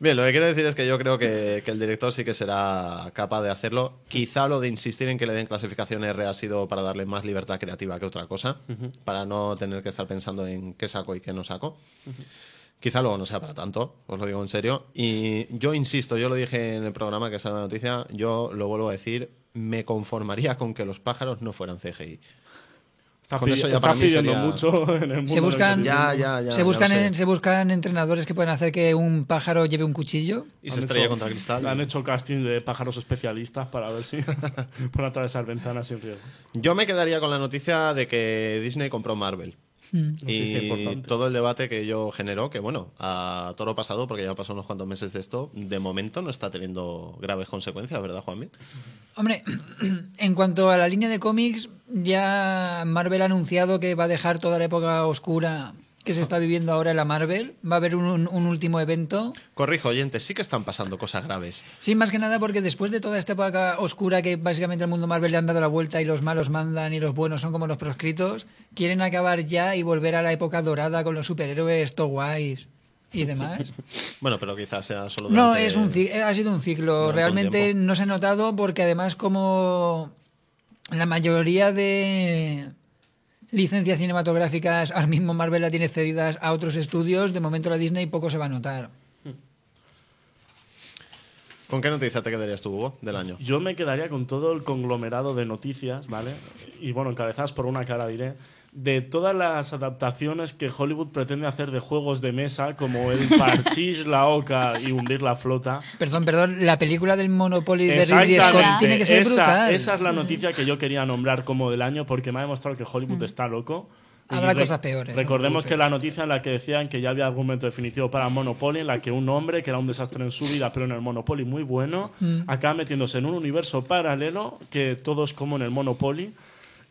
S2: Bien, lo que quiero decir es que yo creo que, que el director sí que será capaz de hacerlo. Quizá lo de insistir en que le den clasificación R ha sido para darle más libertad creativa que otra cosa, para no tener que estar pensando en qué saco y qué no saco. Quizá luego no sea para tanto, os lo digo en serio. Y yo insisto, yo lo dije en el programa que sale la noticia, yo lo vuelvo a decir, me conformaría con que los pájaros no fueran CGI.
S3: Está,
S2: Con
S3: pi-
S2: eso ya
S3: está
S2: para mí
S3: pidiendo
S2: sería-
S3: mucho en el mundo.
S5: Se
S3: del
S5: buscan,
S2: Ya,
S3: periodismo.
S2: ya, ya,
S5: se,
S2: ya
S5: buscan
S2: lo sé.
S5: en- se buscan entrenadores que pueden hacer que un pájaro lleve un cuchillo.
S2: Y
S3: Han
S2: se estrella
S3: hecho-
S2: contra el cristal.
S3: Han hecho casting de pájaros especialistas para ver si pueden atravesar ventanas sin riesgo.
S2: Yo me quedaría con la noticia de que Disney compró Marvel.
S5: Hmm.
S3: Noticia
S2: Y
S3: importante.
S2: todo el debate que ello generó, que bueno, a toro pasado, porque ya pasado unos cuantos meses de esto, de momento no está teniendo graves consecuencias, ¿verdad, Juanmi?
S5: Hombre, en cuanto a la línea de cómics, ya Marvel ha anunciado que va a dejar toda la época oscura que se está viviendo ahora en la Marvel. Va a haber un, un- un último evento.
S2: Corrijo, oyentes, sí que están pasando cosas graves.
S5: Sí, más que nada porque después de toda esta época oscura que básicamente el mundo Marvel le han dado la vuelta y los malos mandan y los buenos son como los proscritos, quieren acabar ya y volver a la época dorada con los superhéroes, to guays y demás.
S2: Bueno, pero quizás sea solo
S5: No,
S2: durante-
S5: es un ci- ha sido un ciclo.
S2: durante un
S5: Realmente
S2: tiempo.
S5: no se ha notado porque además como la mayoría de licencias cinematográficas ahora mismo Marvel la tiene cedidas a otros estudios, de momento la Disney poco se va a notar.
S2: ¿Con qué noticia te quedarías tú, Hugo, del año?
S3: Yo me quedaría con todo el conglomerado de noticias, ¿vale? Y bueno, encabezadas por una cara diré, de todas las adaptaciones que Hollywood pretende hacer de juegos de mesa, como el parchís, la oca y hundir la flota.
S5: Perdón, perdón, la película del Monopoly de Ridley
S3: Exactamente.
S5: Scott tiene que ser
S3: esa,
S5: brutal.
S3: Esa es la noticia que yo quería nombrar como del año porque me ha demostrado que Hollywood está loco. Y
S5: Mm. Habrá
S3: re-
S5: cosas peores, no
S3: Recordemos
S5: te
S3: que
S5: preocupes.
S3: la noticia en la que decían que ya había argumento definitivo para Monopoly, en la que un hombre que era un desastre en su vida, pero en el Monopoly muy bueno,
S5: Mm.
S3: acaba metiéndose en un universo paralelo que todo es como en el Monopoly.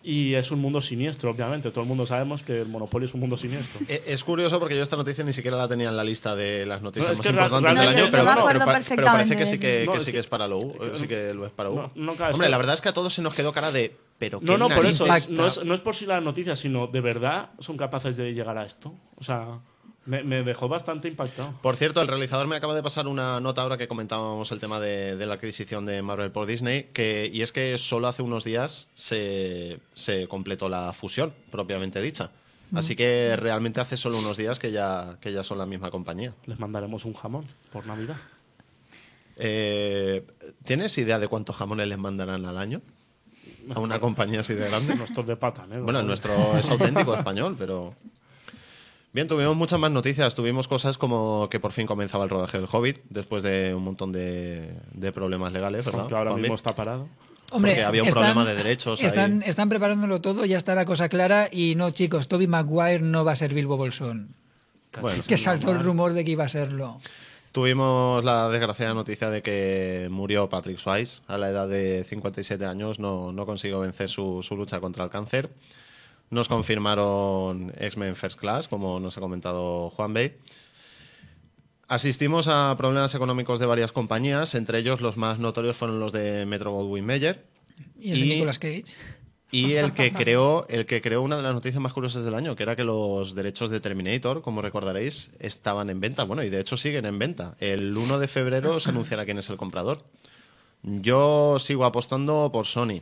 S3: Y es un mundo siniestro, obviamente. Todo el mundo sabemos que el Monopoly es un mundo siniestro.
S2: Eh, Es curioso porque yo esta noticia ni siquiera la tenía en la lista de las noticias
S3: No, es
S2: más
S3: que ra-
S2: importantes del
S3: realmente-
S2: año,
S3: No, yo-
S2: pero,
S3: yo me
S2: pero
S4: acuerdo
S2: pa- pero parece
S4: perfectamente
S2: que
S4: de
S2: sí que,
S3: eso.
S2: que
S3: No,
S2: sí
S3: es
S2: que
S3: que-
S2: es para lo, eh, sí que lo es para Hugo.
S3: No, no, claro, es
S2: Hombre,
S3: que-
S2: la verdad es que a todos se nos quedó cara de pero
S3: No,
S2: qué
S3: no, por eso.
S2: narices?
S3: es- no, es, no es por si la noticia, sino de verdad son capaces de llegar a esto. O sea, me, me dejó bastante impactado.
S2: Por cierto, el realizador me acaba de pasar una nota ahora que comentábamos el tema de, de la adquisición de Marvel por Disney, que, y es que solo hace unos días se, se completó la fusión, propiamente dicha.
S3: Mm.
S2: Así que realmente hace solo unos días que ya, que ya son la misma compañía.
S3: Les mandaremos un jamón por Navidad.
S2: Eh, ¿Tienes idea de cuántos jamones les mandarán al año? A una compañía así de grande.
S3: Nuestros de pata, ¿eh?
S2: Bueno, el nuestro es auténtico español, pero. Bien, tuvimos muchas más noticias. Tuvimos cosas como que por fin comenzaba el rodaje del Hobbit, después de un montón de, de problemas legales, ¿verdad?
S3: Aunque ahora
S2: Juanmi?
S3: mismo está parado.
S5: Hombre,
S2: porque había un problema de derechos ahí.
S5: Están, están preparándolo todo, ya está la cosa clara y no, chicos, Toby Maguire no va a ser Bilbo Bolsón.
S2: Bueno,
S5: Que saltó el rumor de que iba a serlo.
S2: Tuvimos la desgraciada noticia de que murió Patrick Swayze a la edad de 57 años, no, no consiguió vencer su, su lucha contra el cáncer. Nos confirmaron X-Men First Class, como nos ha comentado Juan Bey. Asistimos a problemas económicos de varias compañías, entre ellos los más notorios fueron los de Metro Goldwyn Mayer
S5: Y el
S2: Y-
S5: de Nicolas Cage.
S2: y el que creó el que creó una de las noticias más curiosas del año, que era que los derechos de Terminator, como recordaréis, estaban en venta. Bueno, y de hecho siguen en venta. El 1 de febrero se anunciará quién es el comprador. Yo sigo apostando por Sony.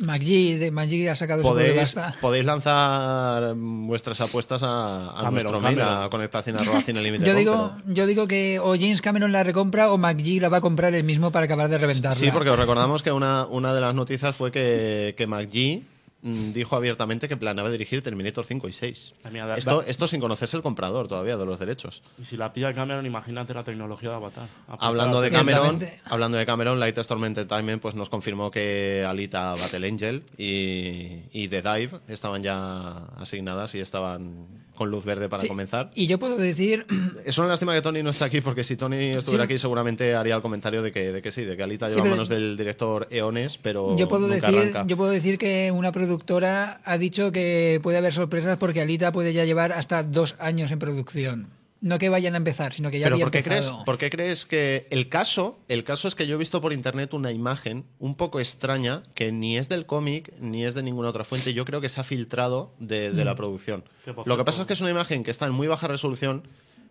S5: McGee, de McGee ha sacado su
S2: Podéis,
S5: basta.
S2: podéis lanzar mm, vuestras apuestas a, a
S3: Cameron,
S2: nuestro mail, a
S3: Cameron.
S2: conectación@cinelimited.com,
S5: Yo digo,
S2: pero-
S5: yo digo que o James Cameron la recompra o McGee la va a comprar el mismo para acabar de reventarla.
S2: Sí, porque os recordamos que una, una de las noticias fue que, que McGee mm, mm, dijo abiertamente que planeaba dirigir Terminator 5 y 6.
S3: La mía, da-
S2: Esto,
S3: da-
S2: esto sin conocerse el comprador todavía de los derechos.
S3: Y si la pilla Cameron, imagínate la tecnología de Avatar. Apuntada.
S2: Hablando de Cameron,
S5: Ciertamente.
S2: hablando de Cameron, Light Storm Entertainment pues nos confirmó que Alita Battle Angel y, y The Dive estaban ya asignadas y estaban con luz verde para
S5: Sí,
S2: comenzar.
S5: Y yo puedo decir,
S2: Es una lástima que Tony no está aquí, porque si Tony estuviera
S5: Sí.
S2: aquí seguramente haría el comentario de que, de que sí, de que Alita
S5: Sí,
S2: lleva
S5: pero-
S2: manos del director Eones, pero
S5: yo puedo,
S2: nunca
S5: decir
S2: arranca.
S5: yo puedo decir que una productora ha dicho que puede haber sorpresas porque Alita puede ya llevar hasta dos años en producción. No que vayan a empezar, sino que ya
S2: Pero
S5: había
S2: ¿por qué, crees,
S5: empezado.
S2: por qué crees que el caso, el caso es que yo he visto por internet una imagen un poco extraña que ni es del cómic ni es de ninguna otra fuente. Yo creo que se ha filtrado de, de la
S5: Mm.
S2: producción.
S3: Que,
S2: Lo
S3: por
S2: que
S3: cierto-
S2: pasa es que es una imagen que está en muy baja resolución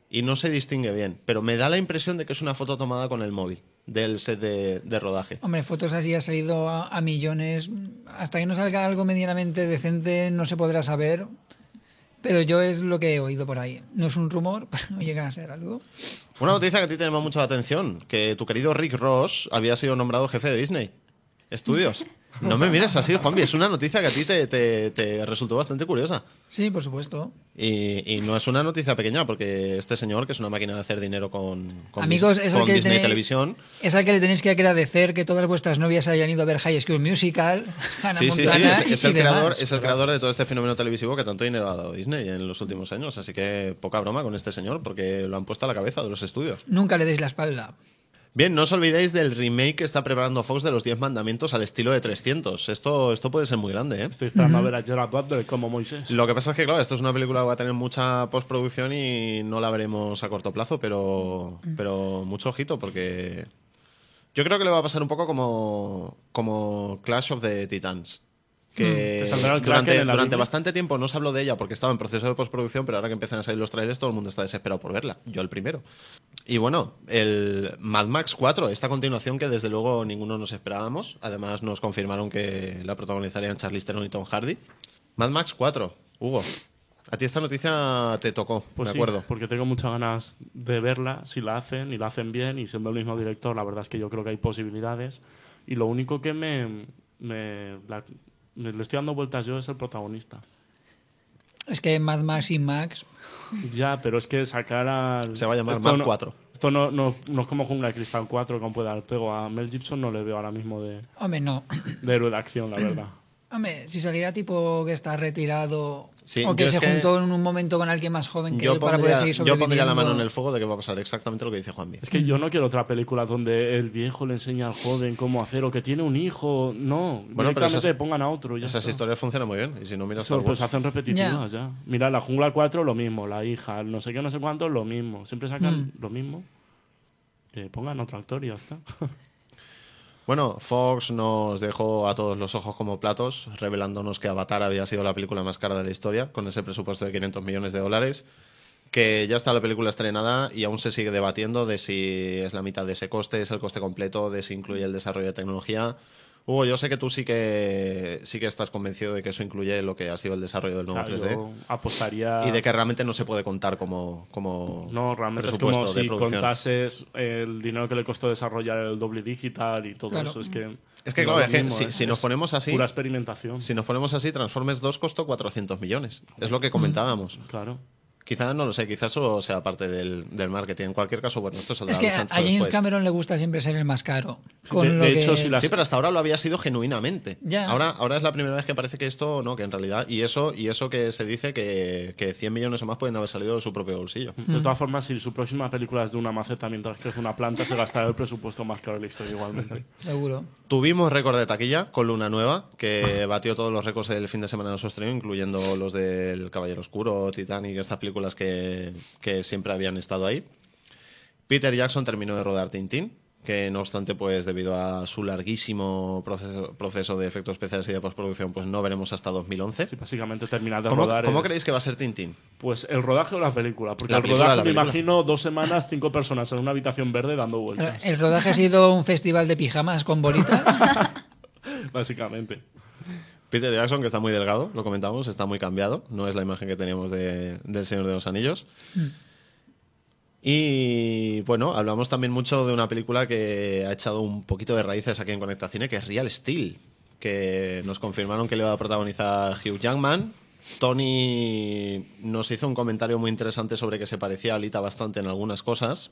S2: y no se distingue bien, pero me da la impresión de que es una foto tomada con el móvil del set de, de rodaje.
S5: Hombre, fotos así ha salido a, a millones. Hasta que no salga algo medianamente decente no se podrá saber. Pero yo es lo que he oído por ahí. No es un rumor, pero no llega a ser algo.
S2: Una noticia que a ti te llama mucho la atención, que tu querido Rick Ross había sido nombrado jefe de Disney. Estudios. No me mires así, Juanvi. Es una noticia que a ti te- te- te resultó bastante curiosa.
S5: Sí, por supuesto.
S2: Y, y no es una noticia pequeña, porque este señor, que es una máquina de hacer dinero con, con
S5: Amigos,
S2: Dis-
S5: es
S2: con
S5: al que le
S2: Disney
S5: tenéis-
S2: Televisión,
S5: Es al que le tenéis que agradecer que todas vuestras novias hayan ido a ver High School Musical, Hannah
S2: sí, sí, sí,
S5: Montana
S2: es, es
S5: y
S2: el
S5: demás.
S2: creador, es el creador de todo este fenómeno televisivo que tanto dinero ha dado Disney en los últimos años. Así que poca broma con este señor, porque lo han puesto a la cabeza de los estudios.
S5: Nunca le deis la espalda.
S2: Bien, no os olvidéis del remake que está preparando Fox de los 10 mandamientos al estilo de 300. Esto, esto puede ser muy grande, ¿eh?
S3: Estoy esperando a ver a Gerard Butler como Moisés.
S2: Lo que pasa es que, claro, esto es una película que va a tener mucha postproducción y no la veremos a corto plazo, pero,
S3: Mm.
S2: pero mucho ojito, porque yo creo que le va a pasar un poco como, como Clash of the Titans. Que
S3: Mm. Que saldrá el
S2: durante,
S3: Kraken en la
S2: durante
S3: Biblia.
S2: bastante tiempo no se habló de ella porque estaba en proceso de postproducción, pero ahora que empiezan a salir los trailers todo el mundo está desesperado por verla, yo el primero. Y bueno, el Mad Max 4, esta continuación que desde luego ninguno nos esperábamos, además nos confirmaron que la protagonizarían Charlize Theron y Tom Hardy. Mad Max 4, Hugo, a ti esta noticia te tocó,
S3: Pues
S2: me
S3: sí,
S2: acuerdo.
S3: porque tengo muchas ganas de verla, si la hacen y la hacen bien, y siendo el mismo director, la verdad es que yo creo que hay posibilidades. Y lo único que me, me- la- me- le estoy dando vueltas yo es el protagonista.
S5: Es que Mad Max y Max.
S3: Ya, pero es que sacar al...
S2: Se va a llamar
S3: esto
S2: Mad
S3: no-
S2: 4.
S3: Esto no, no, no es como Jungla de Cristal 4, como puede dar pego. A Mel Gibson no le veo ahora mismo de,
S5: Hombre, no.
S3: de héroe de acción, la verdad.
S5: Hombre, si saliera tipo que está retirado
S2: Sí,
S5: o que
S2: yo es
S5: se
S2: que-
S5: juntó en un momento con alguien más joven que
S2: Yo
S5: él para poder
S2: pondría,
S5: seguir
S2: yo pondría la mano en
S5: sobreviviendo.
S2: el fuego de que va a pasar exactamente lo que dice Juan
S3: Es que yo no quiero otra película donde el viejo le enseña al joven cómo hacer o que tiene un hijo. No,
S2: Bueno, pero
S3: directamente
S2: esas-
S3: pongan a otro. y ya
S2: Esas
S3: está.
S2: historias funcionan muy bien, y si no miras
S3: Eso,
S2: Star
S3: pues
S2: Wars.
S3: hacen repetitivas ya. Mira, la jungla 4 lo mismo, la hija, el no sé qué, no sé cuánto, lo mismo. Siempre sacan lo mismo. Que pongan otro actor y ya está.
S2: Bueno, Fox nos dejó a todos los ojos como platos, revelándonos que Avatar había sido la película más cara de la historia, con ese presupuesto de 500 millones de dólares, que ya está la película estrenada y aún se sigue debatiendo de si es la mitad de ese coste, es el coste completo, de si incluye el desarrollo de tecnología. Hugo, yo sé que tú sí que, sí que estás convencido de que eso incluye lo que ha sido el desarrollo del nuevo
S3: O sea,
S2: 3D
S3: yo apostaría.
S2: y de que realmente no se puede contar como, como
S3: No, realmente es
S2: presupuesto
S3: como
S2: de
S3: si
S2: producción.
S3: contases el dinero que le costó desarrollar el doble digital y todo
S5: Claro.
S3: eso. Es que.
S2: Es que,
S3: no
S2: claro,
S3: lo
S2: es que si-
S3: es-
S2: si nos
S3: es
S2: ponemos así-
S3: Pura experimentación.
S2: Si nos ponemos así, Transformers 2 costó 400 millones. Es lo que comentábamos.
S3: Claro.
S2: Quizás, no lo sé, quizás solo sea parte del, del marketing. En cualquier caso, bueno, esto saldrá
S5: Es
S2: a
S5: que
S2: la luz
S5: a
S2: antes o
S5: James
S2: después.
S5: Cameron le gusta siempre ser el más caro. Con
S3: De-
S5: lo
S3: de
S5: que-
S3: hecho, si la-
S2: Sí, pero hasta ahora lo había sido genuinamente.
S5: Ya.
S2: Ahora, ahora es la primera vez que parece que esto, no, que en realidad. Y eso, y eso que se dice que, que 100 millones o más pueden haber salido de su propio bolsillo.
S3: De todas formas, si su próxima película es de una maceta mientras crece una planta, se gastará el presupuesto más caro de la historia igualmente.
S5: Seguro.
S2: Tuvimos récord de taquilla con Luna Nueva, que batió todos los récords del fin de semana de su estreno, incluyendo los del Caballero Oscuro, Titanic, estas películas que, que siempre habían estado ahí. Peter Jackson terminó de rodar Tintín, que no obstante, pues debido a su larguísimo proceso, proceso de efectos especiales y de postproducción, pues no veremos hasta 2011.
S3: Sí, básicamente terminar de
S2: ¿Cómo,
S3: rodar.
S2: cómo
S3: es-
S2: creéis que va a ser Tintín?
S3: Pues el rodaje o la película. Porque
S2: La
S3: el
S2: película,
S3: rodaje
S2: la
S3: me
S2: película.
S3: imagino dos semanas, cinco personas en una habitación verde dando
S2: Pues
S3: vueltas,
S5: El rodaje ha sido un festival de pijamas con bolitas. eh.
S3: básicamente.
S2: Peter Jackson, que está muy delgado, lo comentamos, está muy cambiado. No es la imagen que teníamos de, del Señor de los Anillos. Y bueno, hablamos también mucho de una película que ha echado un poquito de raíces aquí en Conecta Cine, que es Real Steel, que nos confirmaron que le va a protagonizar Hugh Jackman. Tony nos hizo un comentario muy interesante sobre que se parecía a Alita bastante en algunas cosas.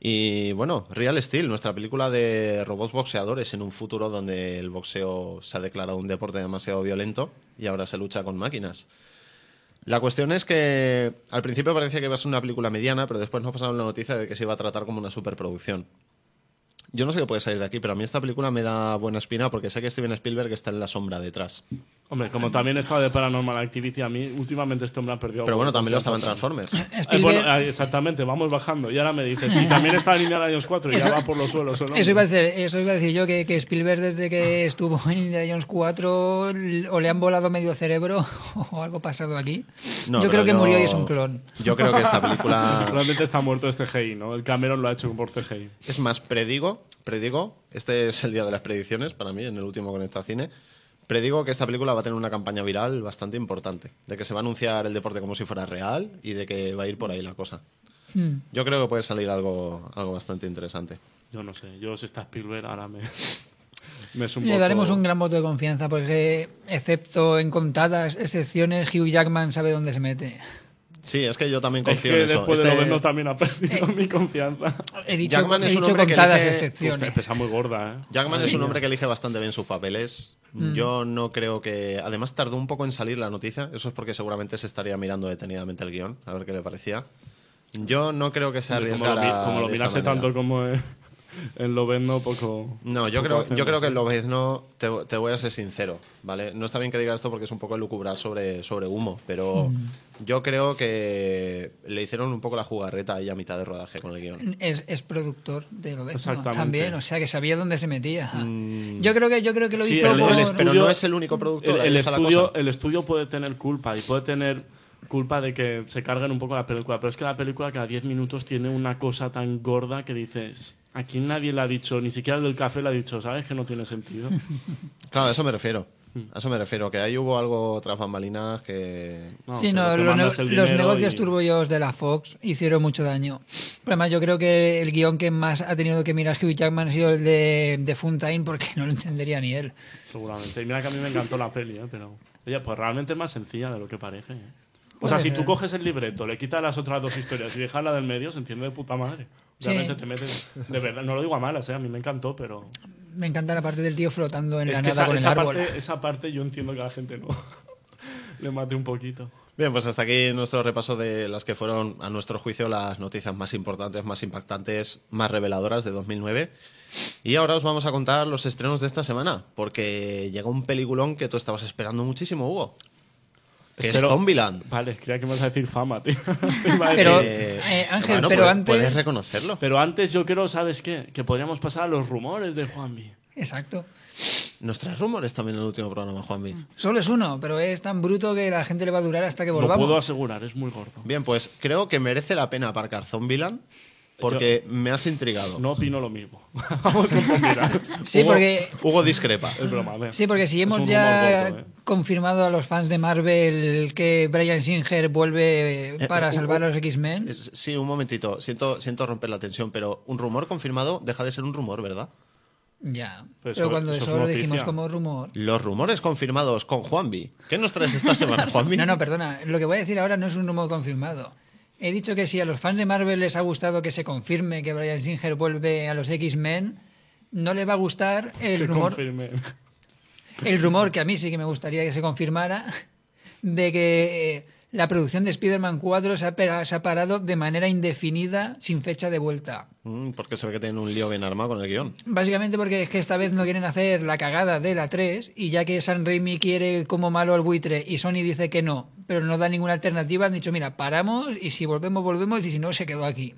S2: Y bueno, Real Steel, nuestra película de robots boxeadores en un futuro donde el boxeo se ha declarado un deporte demasiado violento y ahora se lucha con máquinas. La cuestión es que al principio parecía que iba a ser una película mediana, pero después nos pasaron la noticia de que se iba a tratar como una superproducción. Yo no sé qué puede salir de aquí, pero a mí esta película me da buena espina porque sé que Steven Spielberg está en la sombra detrás.
S3: Hombre, como también está de Paranormal Activity, a mí últimamente este hombre ha perdido.
S2: Pero bueno, también lo estaba en
S3: concentración.
S2: Transformers.
S3: Eh, bueno,
S5: Spielberg-
S3: eh, exactamente, vamos bajando. Y ahora me dices, y también está en Indiana Jones 4 y ya
S5: Eso-
S3: va por los suelos. el hombre.
S5: Eso iba, a decir, eso iba a decir yo, que, que Spielberg desde que estuvo en Indiana Jones 4 l- o le han volado medio cerebro o algo pasado aquí.
S2: No, pero
S5: yo creo que murió y es un clon.
S2: Yo creo que esta película
S3: Realmente está muerto este CGI, ¿no? El Cameron lo ha hecho por CGI.
S2: es más predigo, predigo, este es el día de las predicciones para mí, en el último Conecta Cine, predigo que esta película va a tener una campaña viral bastante importante, de que se va a anunciar el deporte como si fuera real y de que va a ir por ahí la cosa.
S5: Hmm.
S2: Yo creo que puede salir algo, algo bastante interesante.
S3: Yo no sé, yo si está Spielberg ahora me. me es un
S5: Le
S3: poco-
S5: daremos un gran voto de confianza porque, excepto en contadas excepciones, Hugh Jackman sabe dónde se mete.
S2: Sí, es que yo también
S3: Es
S2: confío
S3: que
S2: en eso.
S3: después de
S2: Este-
S3: lo vernos también ha
S5: Eh.
S3: perdido mi confianza.
S5: He dicho,
S2: Jackman
S5: he
S2: es un
S5: dicho
S2: hombre que
S5: contadas
S2: elige-
S5: excepciones.
S3: Hostia, pesa muy gorda, ¿eh?
S2: Jackman es un hombre que elige bastante bien sus papeles. Yo no creo que. Además, tardó un poco en salir la noticia. Eso es porque seguramente se estaría mirando detenidamente el guión, a ver qué le parecía. Yo no creo que se
S3: Como lo,
S2: arriesgara.
S3: mi- como lo
S2: de esta
S3: mirase
S2: manera.
S3: tanto como en, en Lobezno, poco.
S2: No, yo
S3: poco
S2: creo, yo
S3: hacemos,
S2: creo que
S3: ¿eh?
S2: lo ves, no. Te, te voy a ser sincero, ¿vale? No está bien que diga esto porque es un poco lucubrar sobre, sobre humo, pero
S3: Mm.
S2: yo creo que le hicieron un poco la jugarreta ahí a mitad de rodaje con el
S3: Mm.
S2: guión.
S5: Es, es productor de lo
S3: Exactamente. Mm.
S5: también, o sea que sabía dónde se metía. Yo creo que yo creo que lo
S3: Sí,
S5: hizo
S2: Pero,
S3: el-
S5: por-
S2: él es-
S3: estudio-
S2: pero no es el único productor.
S3: El,
S2: ahí
S3: el
S2: está la cosa.
S3: estudio, el estudio puede tener culpa y puede tener culpa de que se carguen un poco la película, pero es que la película cada 10 minutos tiene una cosa tan gorda que dices, aquí nadie le ha dicho, ni siquiera el del café le ha dicho, ¿sabes que no tiene sentido?
S2: Claro, a eso me refiero.
S3: Mm.
S2: A eso me refiero, que ahí hubo algo tras bambalinas que...
S3: pero
S5: Sí, no,
S3: te
S5: los,
S3: mandas
S5: ne-
S3: el
S5: los
S3: dinero
S5: negocios
S3: y-
S5: turbios de la Fox hicieron mucho daño. Pero además, yo creo que el guión que más ha tenido que mirar Hugh Jackman ha sido el de, de Funtime, porque no lo entendería ni él.
S3: Seguramente. Y mira que a mí me encantó la peli, ¿eh? pero. Oye, pues realmente es más sencilla de lo que parece. ¿eh? O sea,
S5: Puede
S3: si
S5: ser.
S3: tú coges el libreto, le quitas las otras dos historias y dejas la del medio, se entiende de puta madre.
S5: Sí.
S3: Realmente te metes. De verdad, no lo digo a malas, ¿eh? a mí me encantó, pero.
S5: Me encanta la parte del tío flotando en
S3: es
S5: la
S3: que
S5: nada
S3: esa,
S5: con el
S3: esa
S5: árbol.
S3: parte, esa parte yo entiendo que a la gente no. le mate un poquito.
S2: Bien, pues hasta aquí nuestro repaso de las que fueron, a nuestro juicio, las noticias más importantes, más impactantes, más reveladoras de 2009. Y ahora os vamos a contar los estrenos de esta semana, porque llega un peliculón que tú estabas esperando muchísimo, Hugo. Que es
S3: Espero-
S2: Zombieland.
S3: Vale, creía que me vas a decir fama, tío. Iba a decir-
S5: Pero,
S2: Eh,
S5: eh, Ángel,
S2: bueno,
S5: pero
S2: puedes-
S5: antes-
S2: Puedes reconocerlo.
S3: pero antes yo creo, ¿sabes qué? Que podríamos pasar a los rumores de Juanvi.
S5: Exacto.
S2: Nos traes rumores también en el último programa, Juan
S5: Solo es uno, pero es tan bruto que la gente le va a durar hasta que
S3: Lo
S5: volvamos.
S3: puedo asegurar, es muy gordo.
S2: Bien, pues creo que merece la pena aparcar Zombieland, porque me has intrigado.
S3: No opino lo mismo. Vamos con Zombieland.
S5: Sí,
S2: Hugo-
S5: porque-
S2: Hugo discrepa.
S3: Es broma, a ver.
S5: Sí, porque si
S3: Es
S5: hemos
S3: un
S5: ya
S3: rumor gordo, ¿eh?
S5: confirmado a los fans de Marvel que Brian Singer vuelve
S2: Eh,
S5: para
S2: eh,
S5: salvar
S2: Hugo,
S5: a los X-Men,
S2: Es- Sí, un momentito. Siento, siento romper la tensión, pero un rumor confirmado deja de ser un rumor, ¿verdad?
S5: ya.
S3: Pero
S5: pero
S3: eso-
S5: cuando
S3: eso
S5: eso,
S3: es
S5: lo
S3: noticia.
S5: dijimos como rumor.
S2: Los rumores confirmados con Juanvi. ¿Qué nos traes esta semana, Juanvi?
S5: No, no, perdona. Lo que voy a decir ahora no es un rumor confirmado. He dicho que si a los fans de Marvel les ha gustado que se confirme que Brian Singer vuelve a los X-Men, no les va a gustar el
S3: Que
S5: rumor,
S3: confirme.
S5: el rumor que a mí sí que me gustaría que se confirmara de que eh, la producción de Spider-Man 4 se ha, pera- se ha parado de manera indefinida sin fecha de vuelta.
S2: Mm, Porque se ve que tienen un lío bien armado con el guión.
S5: Básicamente porque es que esta vez no quieren hacer la cagada de la 3 y ya que San Raimi quiere como malo al buitre y Sony dice que no, pero no da ninguna alternativa, han dicho, mira, paramos y si volvemos, volvemos y si no, se quedó aquí.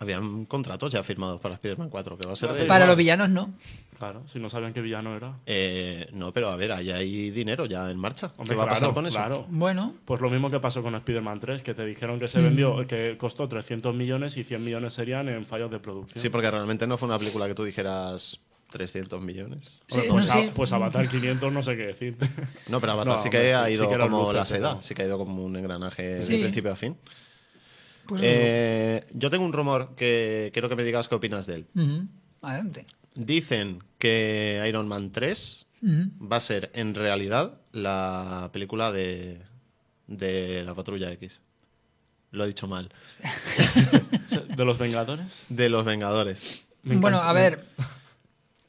S2: Habían contratos ya firmados para Spider-Man 4, que va a ser de...
S5: Para los villanos no.
S3: Claro, si no sabían qué villano era.
S2: Eh, no, pero a ver, ahí hay dinero ya en marcha. ¿Qué
S3: Hombre,
S2: va a pasar
S3: claro,
S2: con eso?
S3: claro.
S5: Bueno,
S3: Pues lo mismo que pasó con Spider-Man 3, que te dijeron
S5: Mm.
S3: que se vendió, que costó 300 millones y 100 millones serían en fallos de producción.
S2: Sí, porque realmente no fue una película que tú dijeras 300 millones.
S5: sí,
S3: Hombre, pues,
S5: no, sí.
S3: a- pues Avatar 500 no sé qué decirte.
S2: No, pero Avatar
S3: No,
S2: sí que
S3: hombre, sí,
S2: ha
S3: sí
S2: ido
S3: que eran
S2: como la
S3: luces,
S2: seda,
S3: pero-
S2: sí que ha ido como un engranaje
S5: Sí.
S2: de principio a fin.
S5: pues
S2: Eh, yo tengo un rumor que quiero que me digas qué opinas de él.
S5: ujú, adelante.
S2: Dicen que Iron Man 3
S5: Ujú.
S2: va a ser en realidad la película de, de la Patrulla X. Lo he dicho mal.
S3: ¿De los Vengadores?
S2: De los Vengadores.
S3: Me encanta.
S5: Bueno, a ver,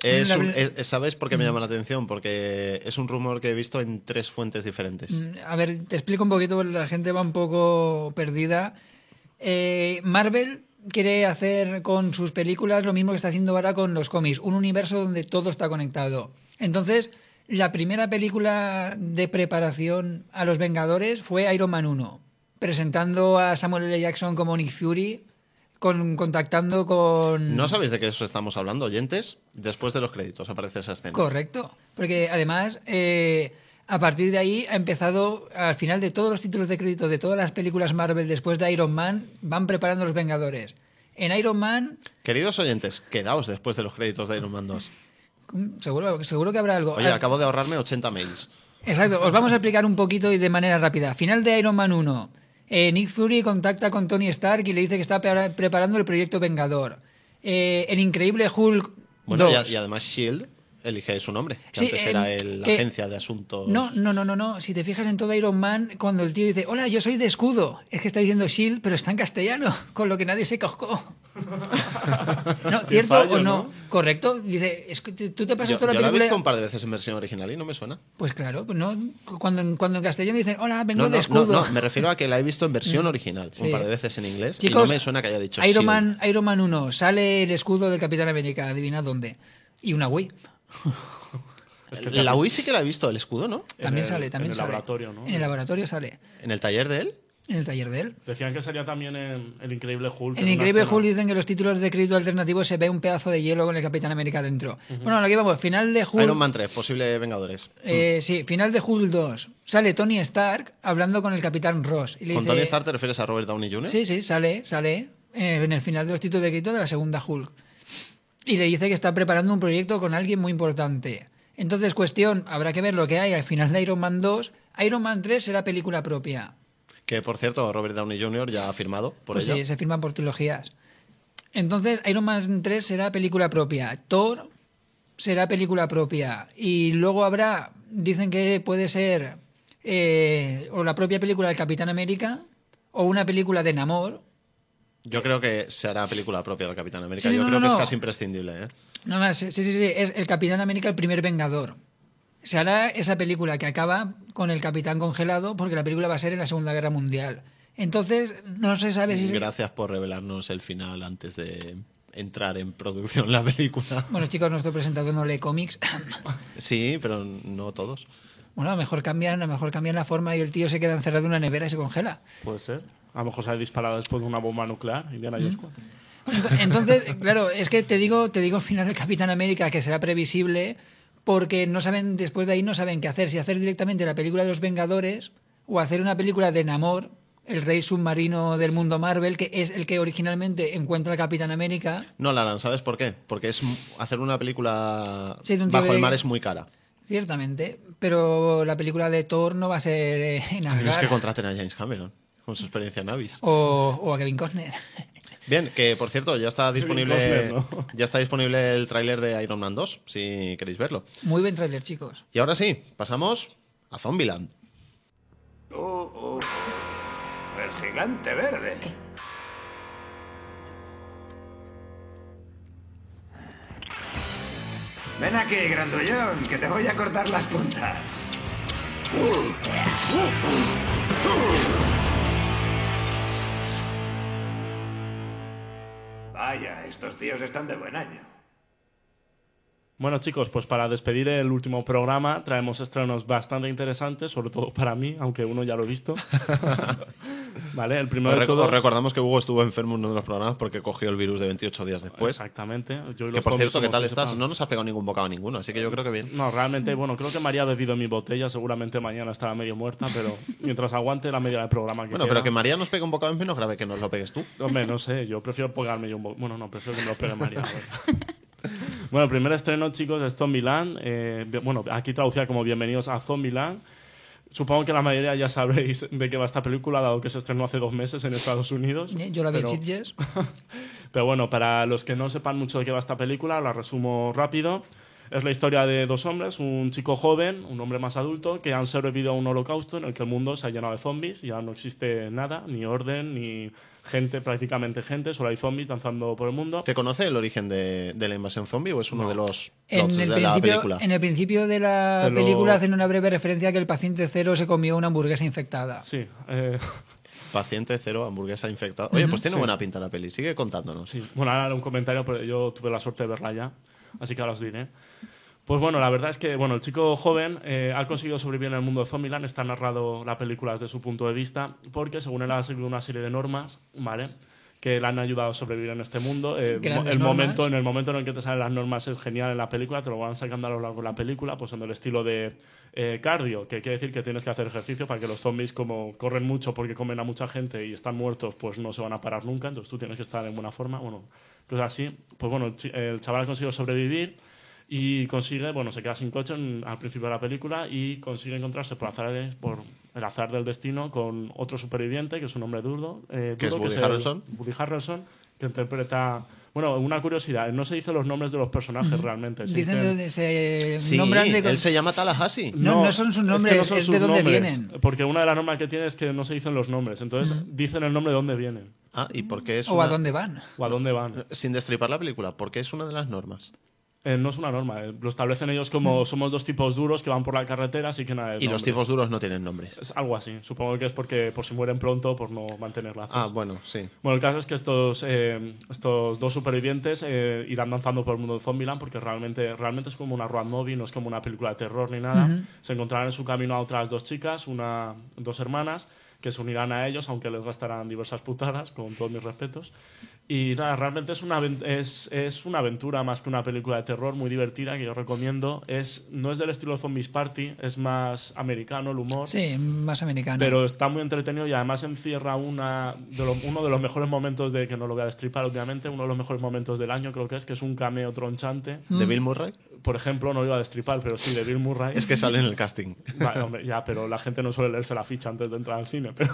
S2: Es
S5: La Mm.
S2: un-
S5: pri-
S2: es- ¿Sabes por qué me llama la atención? Porque es un rumor que he visto en tres fuentes diferentes.
S5: Mm, A ver, te explico un poquito, porque la gente va un poco perdida. Eh, Marvel quiere hacer con sus películas lo mismo que está haciendo ahora con los cómics, un universo donde todo está conectado. Entonces, la primera película de preparación a los Vengadores fue Iron Man 1, presentando a Samuel L. Jackson como Nick Fury, con, contactando con...
S2: ¿No sabéis de qué eso estamos hablando, oyentes? Después de los créditos aparece esa escena.
S5: Correcto, porque además eh, a partir de ahí ha empezado, al final de todos los títulos de crédito de todas las películas Marvel después de Iron Man, van preparando los Vengadores. En Iron Man,
S2: Queridos oyentes, quedaos después de los créditos de Iron Man 2.
S5: mm, seguro, seguro que habrá algo.
S2: Oye,
S5: Al-
S2: acabo de ahorrarme 80 mails.
S5: Exacto, os vamos a explicar un poquito y de manera rápida. Final de Iron Man 1. Eh, Nick Fury contacta con Tony Stark y le dice que está pre- preparando el proyecto Vengador. Eh, el increíble Hulk.
S2: Bueno, y, a-
S5: 2.
S2: y además Shield E elige su nombre. Que
S5: Sí,
S2: antes
S5: eh,
S2: era el- la
S5: que-
S2: agencia de asuntos.
S5: No, no, no, no, no. Si te fijas en todo Iron Man, cuando el tío dice, hola, yo soy de escudo, es que está diciendo Shield, pero está en castellano, con lo que nadie se coscó. no, ¿cierto
S3: fallo,
S5: o no?
S3: ¿no?
S5: Correcto. Dice, es que tú te pasas
S2: Yo,
S5: toda
S2: yo
S5: la
S2: la he
S5: película.
S2: visto un par de veces en versión original y no me suena.
S5: Pues claro, pues no. Cuando, cuando en castellano dicen, hola, vengo
S2: No,
S5: de
S2: no, no,
S5: escudo. Mm.
S2: no, me refiero a que la he visto en versión original
S5: Sí.
S2: un par de veces en inglés y no
S5: Chicos,
S2: me suena que haya dicho
S5: Iron
S2: Shield.
S5: Man, Iron Man 1, sale el escudo del Capitán América, adivina dónde. Y una Wii.
S2: La Wii sí que la he visto, el escudo, ¿no?
S5: También
S3: el-
S5: sale, también
S3: en el
S5: sale.
S3: laboratorio, ¿no?
S5: En el laboratorio sale.
S2: En el taller de él.
S5: En el taller de él.
S3: Decían que salía también en El Increíble Hulk.
S5: En
S3: una
S5: Increíble
S3: escena.
S5: Hulk dicen que los títulos de crédito alternativo se ve un pedazo de hielo con el Capitán América dentro. Bueno, lo que vamos, final de Hulk.
S2: Iron Man 3, posible Vengadores.
S5: eh, sí, final de Hulk 2. Sale Tony Stark hablando con el Capitán Ross. Y le
S2: ¿Con
S5: dice-
S2: Tony Stark te refieres a Robert Downey Jr.?
S5: Sí, sí, sale, sale eh, en el final de los títulos de crédito de la segunda Hulk. Y le dice que está preparando un proyecto con alguien muy importante. Entonces, cuestión, habrá que ver lo que hay al final de Iron Man 2. Iron Man 3 será película propia.
S2: Que por cierto, Robert Downey Jr. ya ha firmado por
S5: Pues
S2: ella.
S5: sí, se firman por trilogías. Entonces, Iron Man 3 será película propia. Thor será película propia. Y luego habrá, dicen que puede ser eh, o la propia película del Capitán América o una película de Namor.
S2: Yo creo que se hará película propia del Capitán América.
S5: Sí,
S2: Yo
S5: no,
S2: creo
S5: no,
S2: que
S5: no.
S2: es casi imprescindible. ¿eh?
S5: No más, sí, sí, sí, es el Capitán América el primer vengador. Se hará esa película que acaba con el Capitán congelado porque la película va a ser en la Segunda Guerra Mundial. Entonces, no se sabe si... se-
S2: Gracias por revelarnos el final antes de entrar en producción la película.
S5: Bueno, chicos, nuestro presentador no lee cómics.
S2: Sí, pero no todos.
S5: Bueno, a lo mejor cambian, a lo mejor cambian la forma y el tío se queda encerrado en una nevera y se congela.
S3: Puede ser. A lo mejor sale disparada después de una bomba nuclear. Indiana
S5: Mm.
S3: Jones 4.
S5: Ent- Entonces, claro, es que te digo, te digo al final del Capitán América que será previsible porque no saben después de ahí no saben qué hacer, si hacer directamente la película de los Vengadores o hacer una película de Namor, el rey submarino del mundo Marvel, que es el que originalmente encuentra al Capitán América.
S2: No la harán, ¿sabes por qué? Porque es m- hacer una película
S5: Sí, de un tío
S2: bajo el
S5: de-
S2: mar es muy cara.
S5: Ciertamente, pero la película de Thor no va a ser eh, en
S3: Ah,
S2: A menos
S5: Asgard
S2: que contraten a James Cameron con su experiencia en Navis.
S5: o, o a Kevin Costner.
S2: Bien, que por cierto, ya está disponible
S3: Costner, ¿no?
S2: ya está disponible el tráiler de Iron Man 2, si queréis verlo.
S5: Muy buen tráiler, chicos.
S2: Y ahora sí, pasamos a Zombieland.
S6: Oh, oh, oh. El gigante verde. Ven aquí, grandullón, que te voy a cortar las puntas. Vaya, estos tíos están de buen año.
S3: Bueno, chicos, pues para despedir el último programa, traemos estrenos bastante interesantes, sobre todo para mí, aunque uno ya lo he visto. vale, el primero
S2: Os
S3: de
S2: reco-
S3: todos.
S2: os recordamos que Hugo estuvo enfermo en uno de los programas porque cogió el virus de 28 días después.
S3: Exactamente. Yo y
S2: Que
S3: los
S2: por
S3: zombies
S2: cierto, ¿qué
S3: somos
S2: tal estás?
S3: separados.
S2: No nos has pegado ningún bocado a ninguno, así que yo creo que bien.
S3: No, realmente, bueno, creo que María ha bebido mi botella, seguramente mañana estará medio muerta, pero mientras aguante la media del programa que
S2: Bueno,
S3: queda-
S2: pero que María nos pegue un bocado es menos grave que nos lo pegues tú.
S3: Hombre, no sé, yo prefiero pegarme yo un bo- Bueno, no, prefiero que me lo pegue María. bueno. bueno, el primer estreno, chicos, es Zombieland. eh, bien- bueno, aquí traducida como Bienvenidos a Zombieland. Supongo que la mayoría ya sabréis de qué va esta película, dado que se estrenó hace dos meses en Estados Unidos.
S5: Yo la vi en
S3: pero-
S5: Sitges.
S3: Pero bueno, para los que no sepan mucho de qué va esta película, la resumo rápido. Es la historia de dos hombres, un chico joven, un hombre más adulto, que han sobrevivido a un holocausto en el que el mundo se ha llenado de zombies y ya no existe nada, ni orden, ni gente, prácticamente gente, solo hay zombies danzando por el mundo.
S2: ¿Te conoce el origen de, de la invasión zombie o es uno de los
S5: En
S2: plots
S5: el,
S2: de la película?
S5: principio, en el principio de la
S3: Te lo-
S5: película hacen una breve referencia a que el paciente cero se comió una hamburguesa infectada.
S3: Sí, eh,
S2: Paciente cero, hamburguesa infectada. Oye, pues tiene buena pinta la peli, sigue contándonos.
S3: Sí, bueno, ahora haré un comentario, pero yo tuve la suerte de verla ya, así que ahora os diré. Pues bueno, la verdad es que bueno, el chico joven eh, ha conseguido sobrevivir en el mundo de Zombieland, está narrado la película desde su punto de vista, porque según él ha seguido una serie de normas, ¿vale? que le han ayudado a sobrevivir en este mundo. Eh, mo-
S5: Grandes
S3: el
S5: normas.
S3: momento, en el momento en el que te salen las normas es genial en la película, te lo van sacando a lo largo de la película, pues en el estilo de eh, cardio, que quiere decir que tienes que hacer ejercicio para que los zombies, como corren mucho porque comen a mucha gente y están muertos, pues no se van a parar nunca, entonces tú tienes que estar en buena forma, bueno, cosas así. Pues bueno, el, chi- el chaval ha conseguido sobrevivir y consigue, bueno, se queda sin coche en- al principio de la película y consigue encontrarse por, azares, por el azar del destino con otro superviviente, que es un hombre duro, eh,
S2: ¿Que es
S3: duro,
S2: Woody
S3: el-
S2: Harrelson?
S3: Woody Harrelson, que interpreta. Bueno, una curiosidad, no se dicen los nombres de los personajes realmente. se
S5: Dicen
S3: dicen-
S5: de- se
S2: Sí,
S5: nombran de-
S2: él se llama Tallahassee.
S5: No, no son sus
S3: es que
S5: nombres,
S3: no son
S5: es de
S3: sus
S5: dónde
S3: nombres,
S5: vienen.
S3: Porque una de las normas que tiene es que no se dicen los nombres, entonces dicen el nombre de dónde vienen
S2: Ah, ¿y por qué es
S5: o
S2: una-
S5: a dónde van.
S3: o a dónde van.
S2: Sin destripar la película, porque es una de las normas.
S3: Eh, no es una norma, eh, lo establecen ellos como somos dos tipos duros que van por la carretera, así que nada. de
S2: Y los
S3: nombres.
S2: tipos duros no tienen nombres.
S3: Es algo así, supongo que es porque por si mueren pronto, por no mantener la
S2: Ah,
S3: fuerza.
S2: bueno, sí.
S3: Bueno, el caso es que estos, eh, estos dos supervivientes eh, irán danzando por el mundo de Zombieland porque realmente, realmente es como una road movie, no es como una película de terror ni nada. Se encontrarán en su camino a otras dos chicas, una, dos hermanas, que se unirán a ellos, aunque les gastarán diversas putadas, con todos mis respetos. Y nada, realmente es una, aven- es, es una aventura más que una película de terror muy divertida que yo recomiendo. Es, no es del estilo Zombies Party, es más americano el humor.
S5: Sí, más americano.
S3: Pero está muy entretenido y además encierra una de lo- uno de los mejores momentos de que no lo voy a destripar, obviamente, uno de los mejores momentos del año, creo que es, que es un cameo tronchante.
S5: Mm.
S2: ¿De Bill Murray?
S3: Por ejemplo, no lo iba a destripar, pero sí, de Bill Murray.
S2: Es que sale en el casting.
S3: Vale, hombre, ya, pero la gente no suele leerse la ficha antes de entrar al cine. Pero,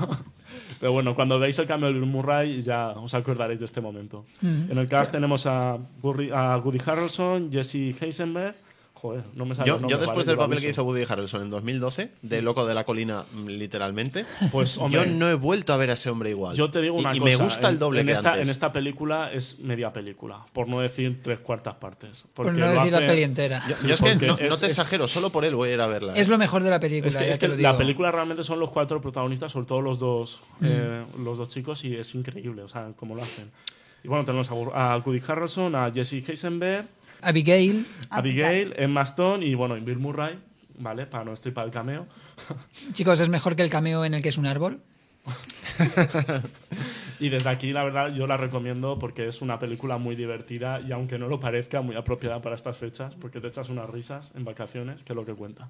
S3: pero bueno, cuando veis el cambio de Bill Murray ya os acordaréis de este momento.
S2: Mm.
S3: En el cast tenemos a, Woody- a Woody Harrelson, Jesse Heisenberg. Joder, no me sale
S2: Yo,
S3: el nombre,
S2: yo después
S3: vale,
S2: del
S3: lo
S2: papel que
S3: aviso.
S2: hizo Woody Harrelson en 2012, de Loco de la Colina, mm, literalmente,
S3: Pues, hombre,
S2: yo no he vuelto a ver a ese hombre igual.
S3: Yo te digo
S2: Y-
S3: una
S2: y,
S3: cosa.
S2: me gusta el
S3: en-
S2: doble
S3: en
S2: que
S3: esta,
S2: antes.
S3: En esta película es media película, por no decir tres cuartas partes.
S5: por
S3: Porque
S5: no
S3: lo
S5: decir la
S3: hace-
S5: peli entera.
S2: Yo,
S3: Sí,
S2: yo es que
S3: porque
S2: no, no
S3: es-
S2: te
S3: es-
S2: exagero, solo por él voy a ir a verla. ¿eh?
S5: Es lo mejor de la película.
S3: Es que,
S5: ya
S3: es
S5: te
S3: que
S5: lo
S3: la
S5: digo. Mm.
S3: película realmente son los cuatro protagonistas, sobre todo los dos, eh, los dos chicos, y es increíble, o sea, cómo lo hacen. Y bueno, tenemos a, a Woody Harrelson, a Jesse Heisenberg,
S5: Abigail,
S3: Abigail, Emma Stone y bueno, y Bill Murray, ¿vale? Para no estripar el cameo.
S5: chicos, es mejor que el cameo en el que es un árbol.
S3: Y desde aquí, la verdad, yo la recomiendo porque es una película muy divertida y aunque no lo parezca, muy apropiada para estas fechas, porque te echas unas risas en vacaciones, que es lo que cuenta.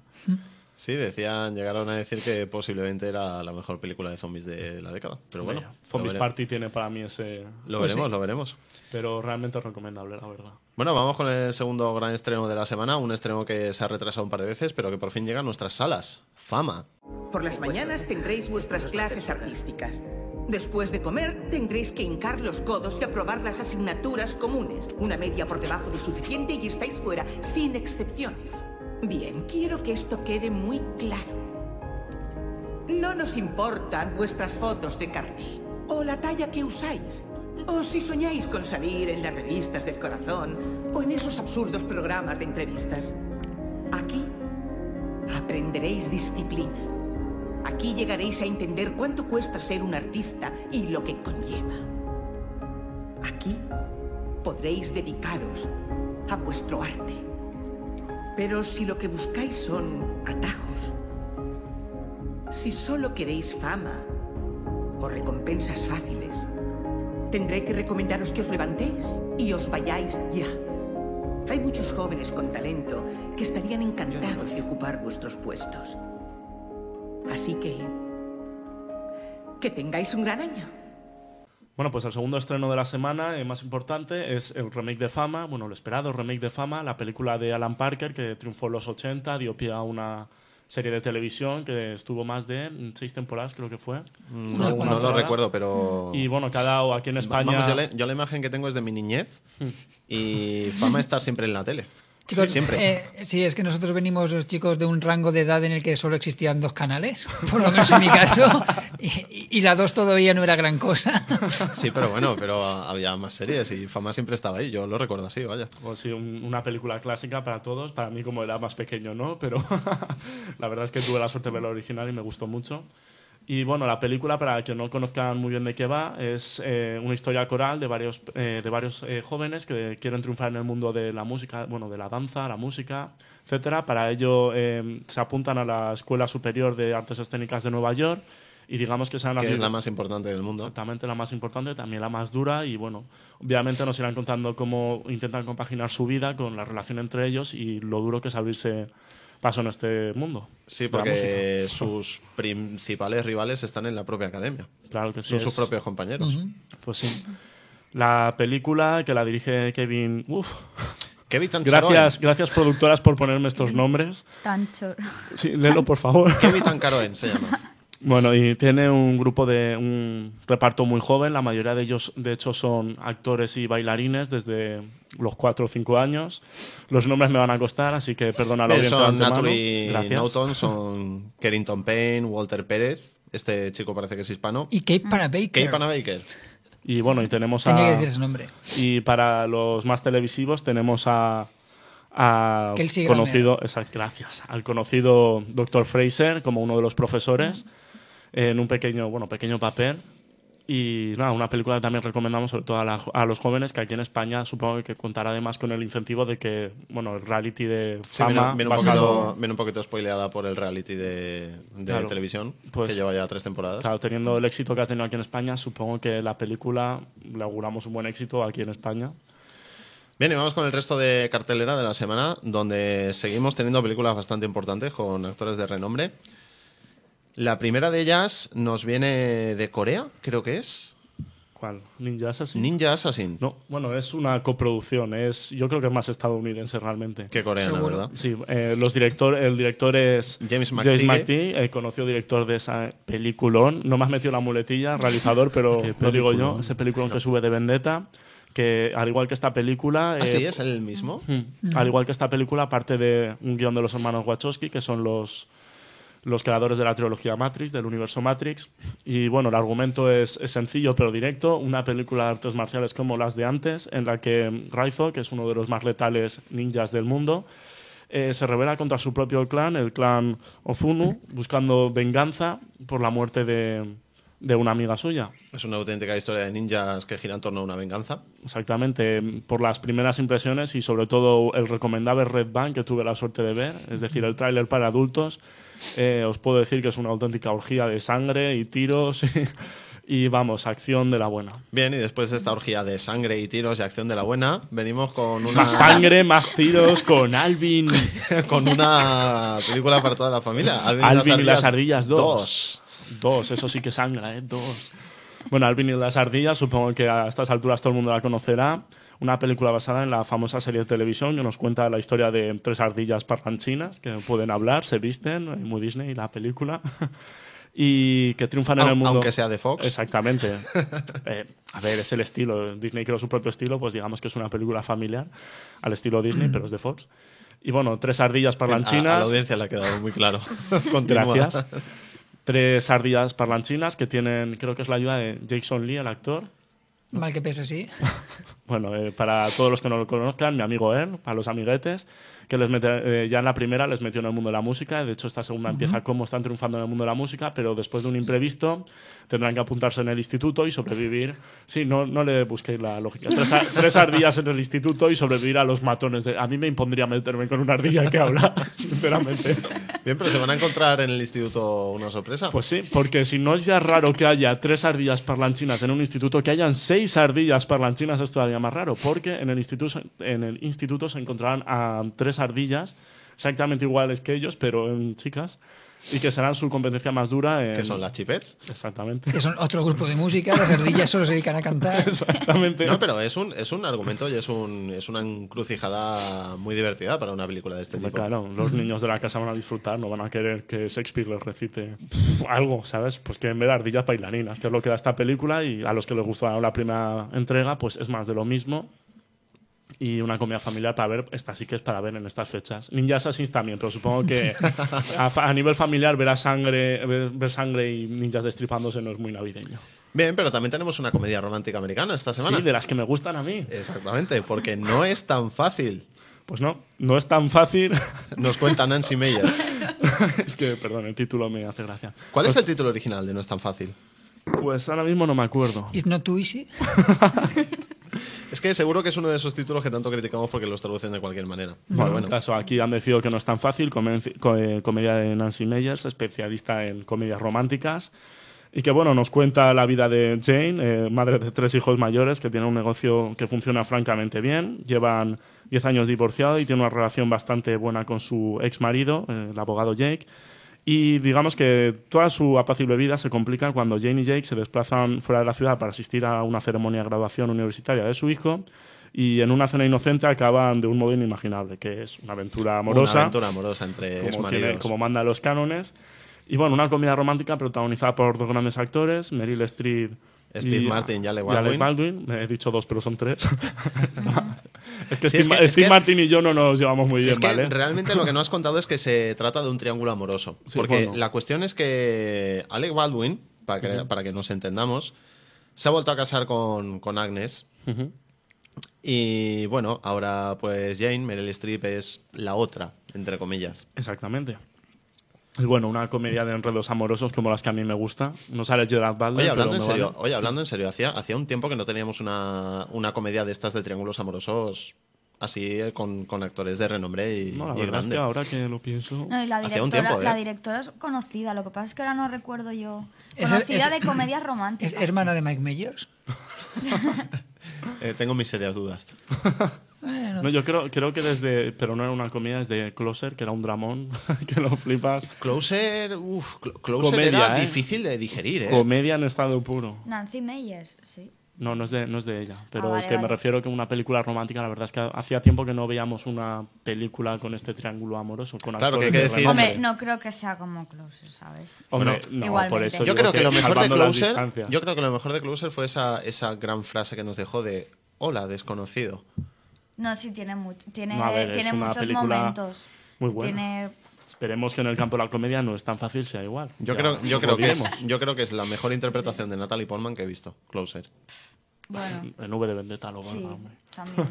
S2: Sí, decían, llegaron a decir que posiblemente era la mejor película de zombies de la década. Pero bueno,
S3: Vaya,
S2: lo
S3: Zombies
S2: vere-
S3: Party tiene para mí ese...
S2: Lo
S5: Pues sí.
S2: veremos, lo veremos.
S3: Pero realmente es recomendable, la verdad.
S2: Bueno, vamos con el segundo gran estreno de la semana, un estreno que se ha retrasado un par de veces, pero que por fin llega a nuestras salas. Fama.
S7: Por las mañanas tendréis vuestras clases artísticas. Después de comer, tendréis que hincar los codos y aprobar las asignaturas comunes. Una media por debajo de suficiente y estáis fuera, sin excepciones. Bien, quiero que esto quede muy claro. No nos importan vuestras fotos de carnet, o la talla que usáis, o si soñáis con salir en las revistas del corazón, o en esos absurdos programas de entrevistas. Aquí aprenderéis disciplina. Aquí llegaréis a entender cuánto cuesta ser un artista y lo que conlleva. Aquí podréis dedicaros a vuestro arte. Pero si lo que buscáis son atajos, si solo queréis fama o recompensas fáciles, tendré que recomendaros que os levantéis y os vayáis ya. Hay muchos jóvenes con talento que estarían encantados de ocupar vuestros puestos. Así que... Que tengáis un gran año.
S3: Bueno, pues el segundo estreno de la semana, eh, más importante, es el remake de Fama, bueno, lo esperado, remake de Fama, la película de Alan Parker que triunfó en los 80, dio pie a una serie de televisión que estuvo más de mm, seis temporadas, creo que fue.
S2: Mm, No,
S5: cuantas
S2: no lo
S3: temporadas.
S2: recuerdo, pero.
S3: Y bueno, cada aquí en España.
S2: Vamos, yo, la- yo la imagen que tengo es de mi niñez y fama estar siempre en la tele.
S5: Chicos,
S2: siempre.
S5: eh, sí, es que nosotros venimos los chicos de un rango de edad en el que solo existían dos canales, por lo menos en mi caso, y, y- y la dos todavía no era gran cosa.
S2: Sí, pero bueno, pero había más series y fama siempre estaba ahí. Yo lo recuerdo así, vaya.
S3: Pues sí, un- una película clásica para todos, para mí como era más pequeño, ¿no? Pero la verdad es que tuve la suerte de verlo original y me gustó mucho. Y bueno, la película, para que no conozcan muy bien de qué va, es eh, una historia coral de varios, eh, de varios eh, jóvenes que quieren triunfar en el mundo de la música, bueno, de la danza, la música, etcétera. Para ello eh, se apuntan a la Escuela Superior de Artes Escénicas de Nueva York y digamos que sean las
S2: Que es
S3: mismas-
S2: la más importante del mundo.
S3: Exactamente, la más importante, también la más dura y bueno, obviamente nos irán contando cómo intentan compaginar su vida con la relación entre ellos y lo duro que es abrirse paso en este mundo.
S2: Sí,
S3: de la
S2: porque
S3: música.
S2: sus principales rivales están en la propia academia.
S3: Claro que sí.
S2: Son sus
S3: es-
S2: propios compañeros.
S3: Pues sí. La película que la dirige Kevin... Uf,
S2: Kevin Tancharoen.
S3: gracias, gracias productoras por ponerme estos nombres.
S4: Tan chorro.
S3: Sí, léelo por favor.
S2: Kevin Tancharoen se llama.
S3: Bueno, y tiene un grupo de un reparto muy joven. La mayoría de ellos, de hecho, son actores y bailarines desde los 4 o 5 años. Los nombres me van a costar, así que perdona a la
S2: Eh,
S3: audiencia.
S2: son
S3: de antemano.
S2: Natu y
S3: Gracias.
S2: Naughton, son Carrington Payne, Walter Pérez. Este chico parece que es hispano.
S5: Y Kate para Baker.
S2: Kate Panabaker.
S3: Y bueno, y tenemos
S5: Tenía que
S3: a.
S5: decir ese nombre.
S3: Y para los más televisivos, tenemos a. a
S5: Kelsey
S3: conocido, exacto, gracias, al conocido Dr. Fraser como uno de los profesores en un pequeño, bueno, pequeño papel. Y nada, una película que también recomendamos sobre todo a, la- a los jóvenes que aquí en España supongo que contará además con el incentivo de que, bueno, el reality de
S2: Sí,
S3: fama
S2: viene, viene un
S3: basado-
S2: poquito, viene un poquito spoileada por el reality de, de
S3: Claro.
S2: televisión,
S3: Pues-
S2: que lleva ya tres temporadas.
S3: Claro, teniendo el éxito que ha tenido aquí en España, supongo que la película le auguramos un buen éxito aquí en España.
S2: Bien, y vamos con el resto de cartelera de la semana, donde seguimos teniendo películas bastante importantes con actores de renombre. La primera de ellas nos viene de Corea, creo que es.
S3: ¿Cuál? ¿Ninja Assassin?
S2: Ninja Assassin.
S3: no, bueno, es una coproducción, es, yo creo que es más estadounidense realmente.
S2: Que coreana,
S5: Seguro.
S2: ¿verdad?
S3: Sí, eh, los director, el director es
S2: James
S3: James
S2: McTighe.
S3: McTighe, el conocido director de esa peliculón. No me has metido la muletilla, realizador, pero lo digo yo, ese peliculón que sube de Vendetta, que al igual que esta película...
S2: Ah, sí,
S3: eh,
S2: es el mismo.
S3: Mm. Al igual que esta película, aparte de un guión de los hermanos Wachowski, que son los, los creadores de la trilogía Matrix, del universo Matrix. Y bueno, el argumento es, es sencillo pero directo. Una película de artes marciales como las de antes, en la que Raizo, que es uno de los más letales ninjas del mundo, eh, se revela contra su propio clan, el clan Ozunu, buscando venganza por la muerte de- de una amiga suya.
S2: Es una auténtica historia de ninjas que gira en torno a una venganza.
S3: Exactamente, em, por las primeras impresiones y sobre todo el recomendable Red Band que tuve la suerte de ver, es decir, el tráiler para adultos, eh, os puedo decir que es una auténtica orgía de sangre y tiros y vamos, acción de la buena.
S2: Bien, y después de esta orgía de sangre y tiros y acción de la buena, venimos con una,
S3: Más sangre, más tiros con Alvin.
S2: con una película para toda la familia. Alvin,
S3: Alvin y las ardillas
S2: dos.
S3: 2. Dos, eso sí que sangra, ¿eh? Dos. Bueno, Alvin y las ardillas, supongo que a estas alturas todo el mundo la conocerá. Una película basada en la famosa serie de televisión que nos cuenta la historia de tres ardillas parlanchinas que pueden hablar, se visten, eh, muy Disney la película, y que triunfan en
S2: Au-
S3: el mundo.
S2: aunque sea de Fox.
S3: Exactamente. Eh, a ver, es el estilo. Disney creó su propio estilo, pues digamos que es una película familiar al estilo Disney, pero es de Fox. Y bueno, tres ardillas
S2: Mm. A-
S3: parlanchinas.
S2: A, la audiencia le ha quedado muy claro. Continúa.
S3: Gracias. Tres ardillas parlanchinas que tienen, creo que es la ayuda de Jason Lee, el actor.
S5: Mal que pese, sí.
S3: Bueno, eh, para todos los que no lo conozcan, mi amigo él, para los amiguetes, que les mete- eh, ya en la primera les metió en el mundo de la música. De hecho, esta segunda empieza como están triunfando en el mundo de la música, pero después de un imprevisto tendrán que apuntarse en el instituto y sobrevivir. Sí, no, no le busquéis la lógica. Tres, a- tres ardillas en el instituto y sobrevivir a los matones. de- a mí me impondría meterme con una ardilla que habla, sinceramente.
S2: Bien, pero se van a encontrar en el instituto una sorpresa.
S3: Pues sí, porque si no es ya raro que haya tres ardillas parlanchinas en un instituto, que hayan seis ardillas parlanchinas es todavía más raro, porque en el instituto, en el instituto se encontrarán a tres ardillas exactamente iguales que ellos, pero en chicas, y que serán su competencia más dura. En,
S2: que son las chipets.
S3: Exactamente.
S5: Que son otro grupo de música, las ardillas solo se dedican a cantar.
S3: Exactamente.
S2: No, pero es un, es un argumento y es, un, es una encrucijada muy divertida para una película de este
S3: Hombre,
S2: tipo.
S3: Claro, los niños de la casa van a disfrutar, no van a querer que Shakespeare les recite pf, algo, ¿sabes? Pues quieren ver ardillas bailarinas, que es lo que da esta película y a los que les gustó la primera entrega, pues es más de lo mismo. Y una comida familiar para ver, esta sí que es para ver en estas fechas. Ninja Assassins también, pero supongo que a, fa- a nivel familiar ver, a sangre, ver, ver sangre y ninjas destripándose no es muy navideño.
S2: Bien, pero también tenemos una comedia romántica americana esta semana.
S3: Sí, de las que me gustan a mí.
S2: Exactamente, porque no es tan fácil.
S3: Pues no, no es tan fácil.
S2: Nos cuenta Nancy Meyers.
S3: es que, perdón, el título me hace gracia.
S2: ¿Cuál es el título original de No es tan fácil?
S3: Pues ahora mismo no me acuerdo.
S5: It's not too easy.
S2: Es que seguro que es uno de esos títulos que tanto criticamos porque los traducen de cualquier manera.
S3: Bueno,
S2: Pero
S3: en
S2: bueno,
S3: caso aquí han decidido que no es tan fácil, comenci- co- eh, comedia de Nancy Meyers, especialista en comedias románticas, y que bueno, nos cuenta la vida de Jane, eh, madre de tres hijos mayores, que tiene un negocio que funciona francamente bien, llevan 10 años divorciados y tiene una relación bastante buena con su ex marido, eh, el abogado Jake. Y digamos que toda su apacible vida se complica cuando Jane y Jake se desplazan fuera de la ciudad para asistir a una ceremonia de graduación universitaria de su hijo y en una cena inocente acaban de un modo inimaginable, que es una aventura amorosa,
S2: Una aventura amorosa entre
S3: como,
S2: exmaridos.
S3: tiene- como manda los cánones. Y bueno, una comedia romántica protagonizada por dos grandes actores, Meryl Streep
S2: Steve Martin y Alec Baldwin.
S3: Me he dicho dos, pero son tres. es que
S2: Sí,
S3: Steve,
S2: es que- es
S3: Steve
S2: que-
S3: Martin y yo no nos llevamos muy bien,
S2: Es que
S3: ¿vale?
S2: realmente lo que no has contado es que se trata de un triángulo amoroso.
S3: Sí,
S2: porque
S3: bueno.
S2: la cuestión es que Alec Baldwin, para que, para que nos entendamos, se ha vuelto a casar con, con Agnes.
S3: Ujú.
S2: Y bueno, ahora pues Jane, Meryl Streep es la otra, entre comillas.
S3: Exactamente. Y bueno, una comedia de enredos amorosos como las que a mí me gusta. No sale Gerard Butler,
S2: Oye, hablando en
S3: pero me
S2: serio,
S3: vale.
S2: oye, hablando en serio, hacía, hacía un tiempo que no teníamos una, una comedia de estas de triángulos amorosos así eh, con, con actores de renombre y,
S3: No, la
S2: y
S3: verdad es que
S2: grande.
S3: ahora que lo pienso...
S4: No, y la
S2: Hacía
S4: directora,
S2: un tiempo, ¿eh?
S4: la directora es conocida, lo que pasa es que ahora no recuerdo yo.
S5: Es-
S4: conocida
S5: es-
S4: de comedias románticas.
S5: Es hermana de Mike Myers.
S2: Eh, tengo mis serias dudas.
S5: Bueno,
S3: No, yo creo, creo que desde... Pero no era una comedia, desde Closer, que era un dramón, que lo flipas.
S2: Closer, uf, Cl- Closer
S3: Comedia,
S2: era
S3: ¿eh?
S2: difícil de digerir, ¿eh?
S3: Comedia en estado puro.
S4: Nancy Meyers, sí.
S3: No, no es de, no es de ella. Pero
S4: Ah, vale,
S3: que me
S4: vale.
S3: refiero que una película romántica, la verdad es que hacía tiempo que no veíamos una película con este triángulo amoroso. Con
S2: Claro, que
S3: actores
S2: hay que
S3: de
S2: decir-
S3: renombre.
S4: Hombre, no creo que sea como Closer, ¿sabes?
S3: Hombre,
S2: Bueno,
S3: no,
S4: igualmente.
S3: por eso
S2: yo
S3: digo
S2: creo que, lo mejor de
S3: salvando las
S2: Closer,
S3: distancias.
S2: yo creo que lo mejor de Closer fue esa, esa gran frase que nos dejó de hola desconocido.
S4: No, sí, tiene, much- tiene,
S3: No, a ver, es
S4: tiene
S3: una
S4: muchos
S3: película
S4: momentos.
S3: muy buena.
S4: Tiene
S3: Esperemos que en el campo de la comedia no es tan fácil, sea igual.
S2: Yo
S3: Ya,
S2: creo, yo
S3: lo
S2: creo que es,
S3: diremos.
S2: yo creo que es la mejor interpretación de Natalie Portman que he visto. Closer.
S4: Bueno,
S3: En V de Vendetta lo
S4: sí,
S3: valga, hombre.
S4: también.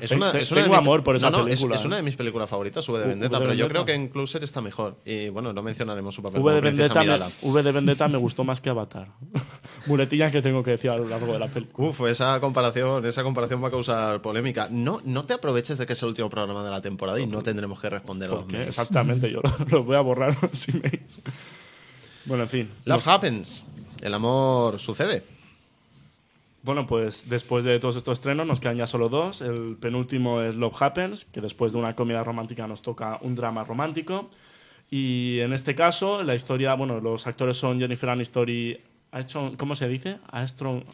S2: Es
S3: Ten-
S2: una,
S3: ten-
S2: es una de
S3: tengo
S2: mis-
S3: amor por esa
S2: no, no, es-
S3: película,
S2: Es,
S3: ¿eh?
S2: una de mis películas favoritas, V de
S3: U-
S2: Vendetta,
S3: V de
S2: pero yo creo
S3: Vendetta.
S2: que en Closer está mejor. Y bueno, no mencionaremos su papel
S3: V de,
S2: como Princesa
S3: Vendetta me,
S2: Amidala.
S3: V de Vendetta me gustó más que Avatar. Muletillas que tengo que decir a lo largo de la película.
S2: Uf, esa comparación, esa comparación va a causar polémica. No, no te aproveches de que es el último programa de la temporada y no tendremos que responder a los
S3: Porque,
S2: mails.
S3: exactamente, yo los voy a borrar si me... Bueno, en fin.
S2: Love happens. El amor sucede.
S3: Bueno, pues después de todos estos estrenos nos quedan ya solo dos. El penúltimo es Love Happens, que después de una comedia romántica nos toca un drama romántico. Y en este caso, la historia, bueno, los actores son Jennifer Aniston y Ashton- ¿cómo se dice? Ashton,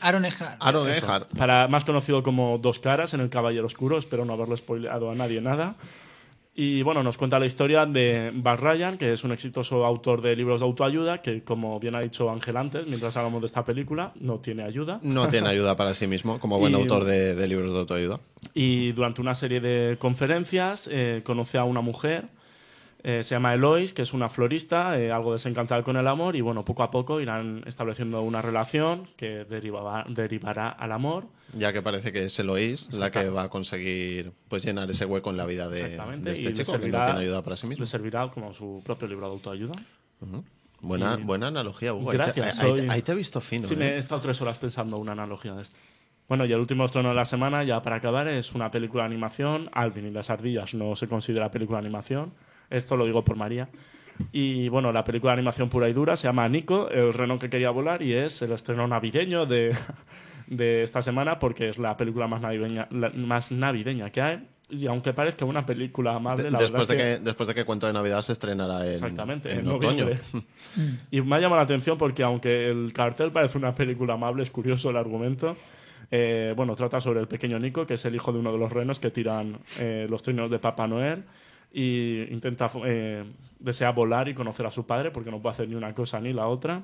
S5: Aaron Eckhart.
S2: Aaron
S3: eso,
S2: Eckhart.
S3: para más conocido como Dos Caras en El Caballero Oscuro, espero no haberlo spoileado a nadie nada. Y bueno, nos cuenta la historia de Bart Ryan, que es un exitoso autor de libros de autoayuda, que como bien ha dicho Ángel antes, mientras hablamos de esta película, no tiene ayuda.
S2: No tiene ayuda para sí mismo, como buen
S3: Y-
S2: autor de, de libros de autoayuda.
S3: Y durante una serie de conferencias eh, conoce a una mujer, eh, se llama Elois, que es una florista, eh, algo desencantada con el amor, y bueno, poco a poco irán estableciendo una relación que derivaba- derivará al amor.
S2: Ya que parece que es Eloís la que va a conseguir pues llenar ese hueco en la vida de,
S3: Exactamente.
S2: de
S3: y
S2: este
S3: le
S2: chico que
S3: servirá,
S2: no tiene ayuda para sí mismo.
S3: le servirá como su propio libro de autoayuda.
S2: Buena, buena analogía, Hugo.
S3: Gracias,
S2: ahí, te, ahí te-
S3: soy-
S2: ahí te he visto fino.
S3: Sí,
S2: ¿eh?
S3: me he estado tres horas pensando una analogía de esto. Bueno, y el último estreno de la semana, ya para acabar, es una película de animación. Alvin y las ardillas no se considera película de animación. Esto lo digo por María. Y bueno, la película de animación pura y dura se llama Nico, el reno que quería volar, y es el estreno navideño de, de esta semana porque es la película más navideña, la- más navideña que hay. Y aunque parezca una película amable,
S2: De-
S3: la
S2: después, de
S3: verdad
S2: que,
S3: es que...
S2: después de que Cuento de Navidad se estrenará en,
S3: Exactamente,
S2: en
S3: en
S2: otoño.
S3: noviembre. Y me ha llamado la atención porque aunque el cartel parece una película amable, es curioso el argumento. Eh, bueno, trata sobre el pequeño Nico, que es el hijo de uno de los renos que tiran eh, los trinos de Papá Noel y intenta eh, desea volar y conocer a su padre porque no puede hacer ni una cosa ni la otra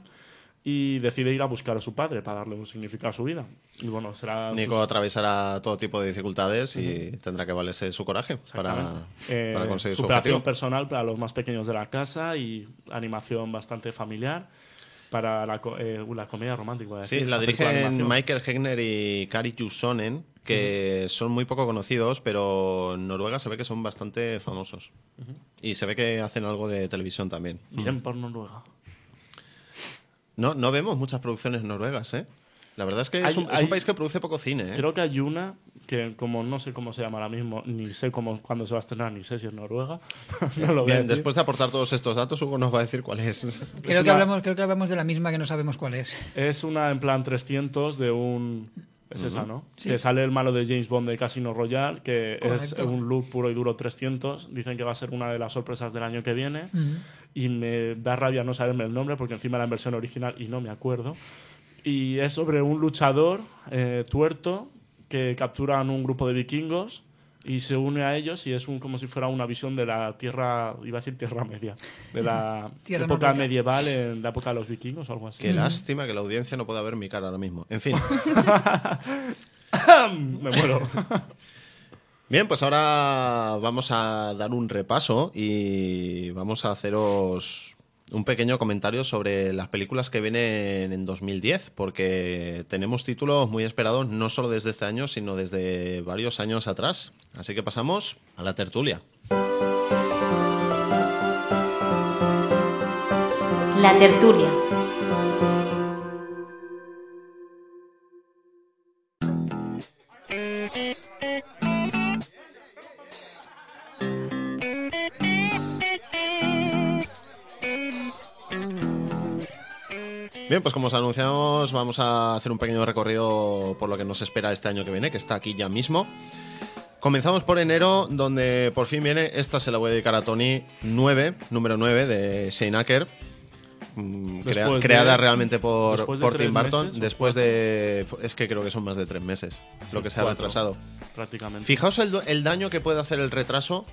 S3: y decide ir a buscar a su padre para darle un significado a su vida. Y bueno, será
S2: Nico
S3: sus-
S2: atravesará todo tipo de dificultades y tendrá que valerse su coraje para,
S3: Eh,
S2: para conseguir su
S3: superación
S2: objetivo.
S3: personal para los más pequeños de la casa y animación bastante familiar para la, co- eh, uh, la comedia romántica. iba a
S2: Sí,
S3: decir,
S2: la
S3: película de
S2: dirigen
S3: animación.
S2: Michael Hegner y Kari Jussonen, que son muy poco conocidos, pero en Noruega se ve que son bastante famosos. Y se ve que hacen algo de televisión también.
S3: Bien por Noruega.
S2: No, no vemos muchas producciones noruegas, ¿eh? La verdad es que
S3: Hay-
S2: es, un, es un
S3: hay-
S2: país que produce poco cine, ¿eh?
S3: Creo que hay una que, como no sé cómo se llama ahora mismo, ni sé cómo, cuándo se va a estrenar, ni sé si es Noruega. no lo voy a
S2: Bien,
S3: decir.
S2: después de aportar todos estos datos, Hugo nos va a decir cuál es.
S5: Creo, que
S3: una-
S5: hablamos, creo que hablamos de la misma que no sabemos cuál es.
S3: Es una en plan 300 de un. Es esa, ¿no? Que sale el malo de James Bond de Casino Royale, que
S5: Correcto.
S3: es un look puro y duro 300. Dicen que va a ser una de las sorpresas del año que viene. Y me da rabia no saberme el nombre, porque encima era en versión original y no me acuerdo. Y es sobre un luchador eh, tuerto que capturan un grupo de vikingos y se une a ellos y es un, como si fuera una visión de la tierra, iba a decir tierra media, de la
S5: Tierra
S3: época
S5: nórdica.
S3: medieval, en la época de los vikingos o algo así.
S2: Qué lástima que la audiencia no pueda ver mi cara ahora mismo. En fin.
S3: Me muero.
S2: Bien, pues ahora vamos a dar un repaso y vamos a haceros un pequeño comentario sobre las películas que vienen en 2010, porque tenemos títulos muy esperados no solo desde este año, sino desde varios años atrás. Así que pasamos a la tertulia.
S1: La tertulia.
S2: Bien, pues como os anunciamos, vamos a hacer un pequeño recorrido por lo que nos espera este año que viene, que está aquí ya mismo. Comenzamos por enero, donde por fin viene, esta se la voy a dedicar a Tony, 9, número 9 de Shane Acker, mm, crea-
S3: Después de-
S2: creada realmente por,
S3: después de
S2: por Tim
S3: tres
S2: Burton,
S3: meses, ¿o
S2: después de... Es que creo que son más de tres meses lo que se ha
S3: Cuatro,
S2: retrasado.
S3: Prácticamente.
S2: Fijaos el, du- el daño que puede hacer el retraso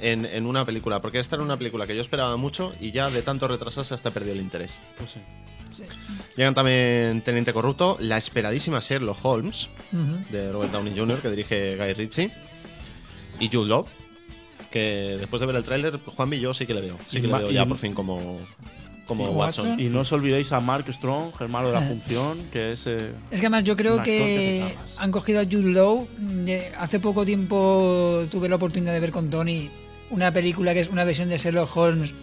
S2: en, en una película, porque esta era una película que yo esperaba mucho y ya de tanto retrasarse hasta perdió el interés.
S3: Pues sí.
S2: Llegan también Teniente Corrupto, la esperadísima Sherlock Holmes,
S5: Ujú.
S2: de Robert Downey Jr., que dirige Guy Ritchie, y Jude Law, que después de ver el tráiler, Juan y yo sí que le veo. Sí
S3: Y
S2: que le
S3: ma-
S2: veo
S3: y-
S2: ya por fin como, como
S5: ¿Y
S2: Watson.
S5: Watson?
S3: Y no os olvidéis a Mark Strong, el malo de la función, que es. eh,
S5: Es que además yo
S3: Un
S5: creo
S3: actor que
S5: que
S3: te cagas.
S5: han cogido a Jude Law. Mm, de- Hace poco tiempo tuve la oportunidad de ver con Tony una película que es una versión de Sherlock Holmes,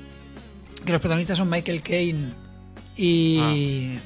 S5: que los protagonistas son Michael Caine y...
S3: Ah.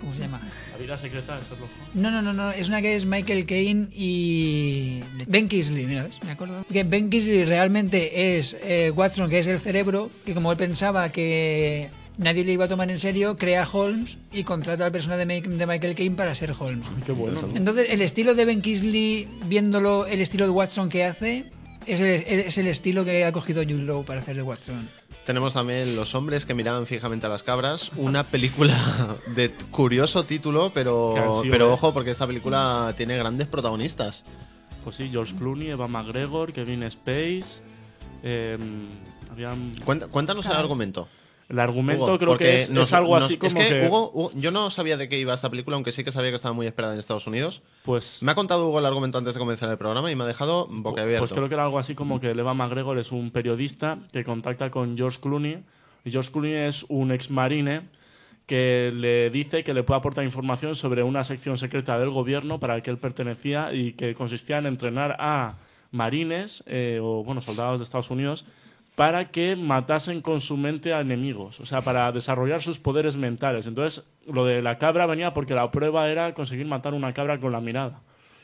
S5: ¿Cómo se llama?
S3: la vida secreta de Sherlock Holmes.
S5: No, no, no, no, es una que es Michael Caine y Ben Kingsley, mira, ¿ves? Me acuerdo. Que Ben Kingsley realmente es eh, Watson, que es el cerebro, que como él pensaba que nadie le iba a tomar en serio, crea a Holmes y contrata a la persona de, Ma- de Michael Caine para ser Holmes.
S3: Qué bueno. ¿no?
S5: Entonces, el estilo de Ben Kingsley, viéndolo, el estilo de Watson que hace, es el, es el estilo que ha cogido Jude Law para hacer de Watson.
S2: Tenemos también Los hombres que miraban fijamente a las cabras, una película de curioso título,
S3: Que han
S2: pero,
S3: sido,
S2: pero
S3: eh.
S2: ojo, porque esta película tiene grandes protagonistas.
S3: Pues sí, George Clooney, Eva McGregor, Kevin Space. eh, habían-
S2: Cuenta- Cuéntanos el argumento.
S3: El argumento
S2: Hugo,
S3: creo
S2: porque
S3: que es, es
S2: nos-
S3: algo
S2: nos-
S3: así como
S2: es que, Hugo, Hugo, yo no sabía de qué iba esta película, aunque sí que sabía que estaba muy esperada en Estados Unidos.
S3: pues,
S2: Me ha contado Hugo el argumento antes de comenzar el programa y me ha dejado boquiabierto.
S3: Pues creo que era algo así como que Leva McGregor es un periodista que contacta con George Clooney. Y George Clooney es un ex marine que le dice que le puede aportar información sobre una sección secreta del gobierno para la que él pertenecía y que consistía en entrenar a marines eh, o bueno soldados de Estados Unidos para que matasen con su mente a enemigos, o sea, para desarrollar sus poderes mentales. Entonces, lo de la cabra venía porque la prueba era conseguir matar una cabra con la mirada.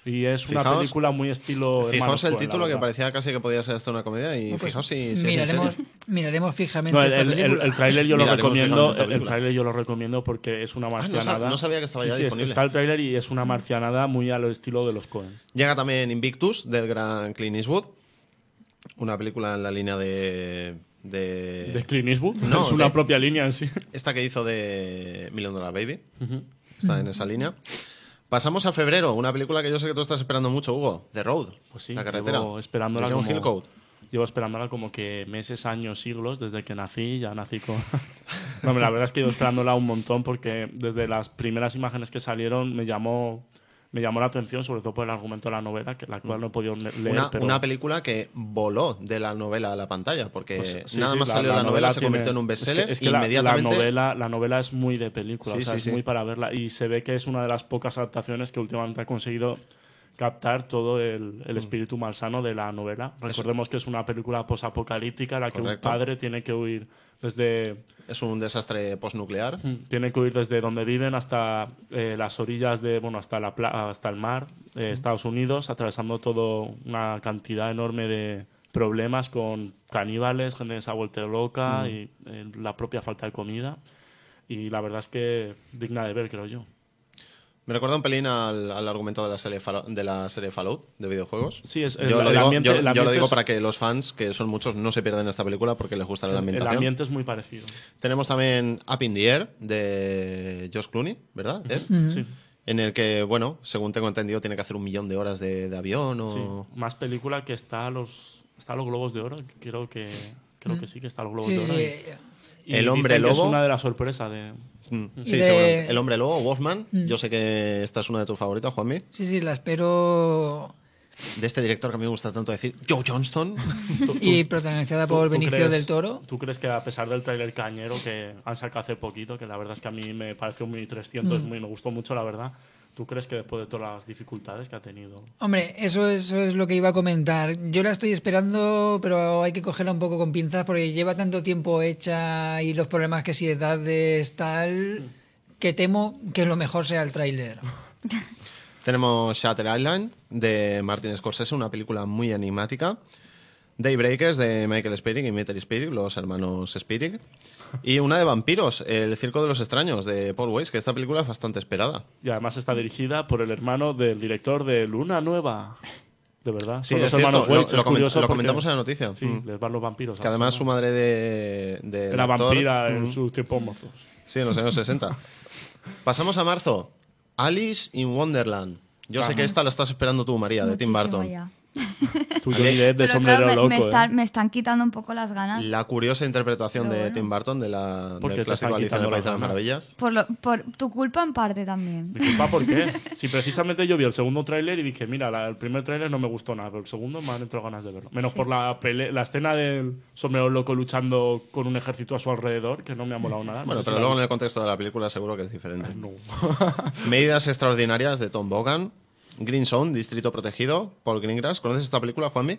S3: Y es una
S2: Fijaos-
S3: película muy estilo. hermanos
S2: Fijaos el
S3: Coen, la
S2: título que
S3: verdad.
S2: parecía casi que podía ser hasta una comedia y
S5: Pues
S2: fijaos si, si es en
S5: miraremos,
S2: serio.
S5: miraremos fijamente
S3: No, el,
S5: esta
S3: el,
S5: película.
S3: el- el tráiler yo lo
S2: Miraremos
S3: recomiendo.
S2: fijamente esta
S3: El, el
S2: película. Ah,
S3: tráiler yo lo recomiendo porque es una
S2: no sab-
S3: marcianada.
S2: no sabía que estaba
S3: Sí,
S2: ya
S3: sí, es-
S2: disponible.
S3: Está el tráiler y es una marcianada muy al estilo de los Cohen.
S2: Llega también Invictus del gran Clint Eastwood, una película en la línea de, de,
S3: De Clint Eastwood.
S2: Eh, No,
S3: es una
S2: de-
S3: propia línea en sí.
S2: esta que hizo de Million Dollar Baby. Está en esa línea. Pasamos a febrero, una película que yo sé que tú estás esperando mucho, Hugo, The Road,
S3: Pues sí,
S2: la carretera.
S3: llevo esperándola
S2: de John
S3: como-
S2: Hillcoat.
S3: Llevo esperándola como que meses, años, siglos, desde que nací, ya nací con... no, la verdad es que llevo esperándola un montón porque desde las primeras imágenes que salieron me llamó, me llamó la atención, sobre todo por el argumento de la novela, que la cual no he podido ne- leer,
S2: Una,
S3: pero
S2: una película que voló de la novela a la pantalla, porque
S3: pues, sí,
S2: nada
S3: sí,
S2: más salió la, novela, se
S3: tiene-
S2: convirtió en un
S3: es que-
S2: bestseller
S3: es que la-
S2: inmediatamente.
S3: La, novela, la novela es muy de película,
S2: Sí,
S3: o sea,
S2: sí,
S3: es
S2: sí.
S3: muy para verla y se ve que es una de las pocas adaptaciones que últimamente ha conseguido captar todo el,
S2: Mm.
S3: el espíritu malsano de la novela. Recordemos que es una película posapocalíptica en la que
S2: Correcto.
S3: un padre tiene que huir pues, desde
S2: Es un desastre postnuclear.
S3: tienen que huir desde donde viven hasta eh, las orillas de, bueno, hasta, la pla- hasta el mar, eh, Estados Unidos, atravesando toda una cantidad enorme de problemas con caníbales, gente que se ha vuelto loca y eh, la propia falta de comida. Y la verdad es que digna de ver, creo yo.
S2: Me recuerda un pelín al, al argumento de la serie Fallout, de la serie Fallout de videojuegos.
S3: Sí, es- el-
S2: yo lo
S3: el
S2: digo,
S3: ambiente-
S2: yo-
S3: el
S2: yo lo
S3: ambiente
S2: digo
S3: es-
S2: para que los fans, que son muchos, no se pierdan esta película porque les gustará la
S3: El
S2: ambientación.
S3: ambiente es muy parecido.
S2: Tenemos también Up in the Air de Josh Clooney, ¿verdad? Es,
S3: Sí.
S2: En el que, bueno, según tengo entendido, tiene que hacer un millón de horas de, de avión o...
S3: Sí, más película que está a los está a los Globos de Oro, creo que creo que sí que está a los Globos
S5: Sí,
S3: de Oro.
S5: sí,
S3: Y
S2: El hombre
S3: dicen que
S2: lobo.
S3: es una de las sorpresas de
S2: Mm,
S5: Y
S2: sí,
S5: de-
S2: seguramente. El hombre lobo, Wolfman. Yo sé que esta es una de tus favoritas, Juanmi.
S5: sí, sí, la espero.
S2: De este director que a mí me gusta tanto decir, Joe Johnston.
S3: Tú- tú-
S5: Y protagonizada
S3: ¿Tú-
S5: por
S3: tú
S5: Benicio
S3: crees-
S5: del Toro.
S3: ¿Tú crees que a pesar del tráiler cañero que han sacado hace poquito, que la verdad es que a mí me pareció muy 300,
S5: Mm.
S3: muy, me gustó mucho la verdad, ¿tú crees que después de todas las dificultades que ha tenido?
S5: Hombre, eso, eso es lo que iba a comentar. Yo la estoy esperando, pero hay que cogerla un poco con pinzas porque lleva tanto tiempo hecha y los problemas que si edades tal, que temo que lo mejor sea el tráiler.
S2: Tenemos Shutter Island de Martin Scorsese, una película muy animática. Daybreakers de Michael Spirig y Meter Spirig, los hermanos Spirig. Y una de vampiros, El Circo de los Extraños de Paul Weiss, que esta película es bastante esperada.
S3: Y además está dirigida por el hermano del director de Luna Nueva. De verdad.
S2: Sí,
S3: Son
S2: es
S3: los
S2: cierto,
S3: hermanos
S2: lo-
S3: Wachs,
S2: lo
S3: es
S2: comen-
S3: curioso
S2: lo
S3: porque-
S2: comentamos en la noticia.
S3: Sí,
S2: Mm.
S3: les van los vampiros.
S2: Que además su madre de, del
S3: Era
S2: actor-
S3: vampira en
S2: Mm.
S3: sus tiempos mozos.
S2: Sí, en los años 60. Pasamos a marzo. Alice in Wonderland. Yo sé que esta la estás esperando tú, María, de Tim
S4: Ah. Muchísimo
S2: Burton.
S4: ya.
S3: Tú Johnny Depp de
S4: Pero
S3: sombrero
S4: claro, me,
S3: loco.
S4: me
S3: ¿eh?
S4: están, me están quitando un poco las ganas.
S2: La curiosa interpretación
S4: Pero
S2: de
S4: bueno.
S2: Tim Burton de la,
S3: Porque
S2: del
S3: te
S2: clásico
S3: están
S2: Alicia en el
S3: quitando
S2: País de las
S3: las ganas. Ah,
S2: Maravillas.
S4: Por, lo- por tu culpa en parte también.
S3: Disculpa, ¿por qué? Si precisamente yo vi el segundo tráiler y dije, mira, la- el primer tráiler no me gustó nada, pero el segundo me han entrado ganas de verlo. Menos por la, pele- la escena del sombrero loco luchando con un ejército a su alrededor, que no me ha molado nada. No
S2: Bueno,
S3: sé si
S2: pero
S3: la Ah,
S2: luego en el contexto de la película seguro que es diferente.
S3: No.
S2: Medidas extraordinarias de Tom Bogan. Green Zone, Distrito Protegido, Paul Greengrass. ¿Conoces esta película, Juanmi?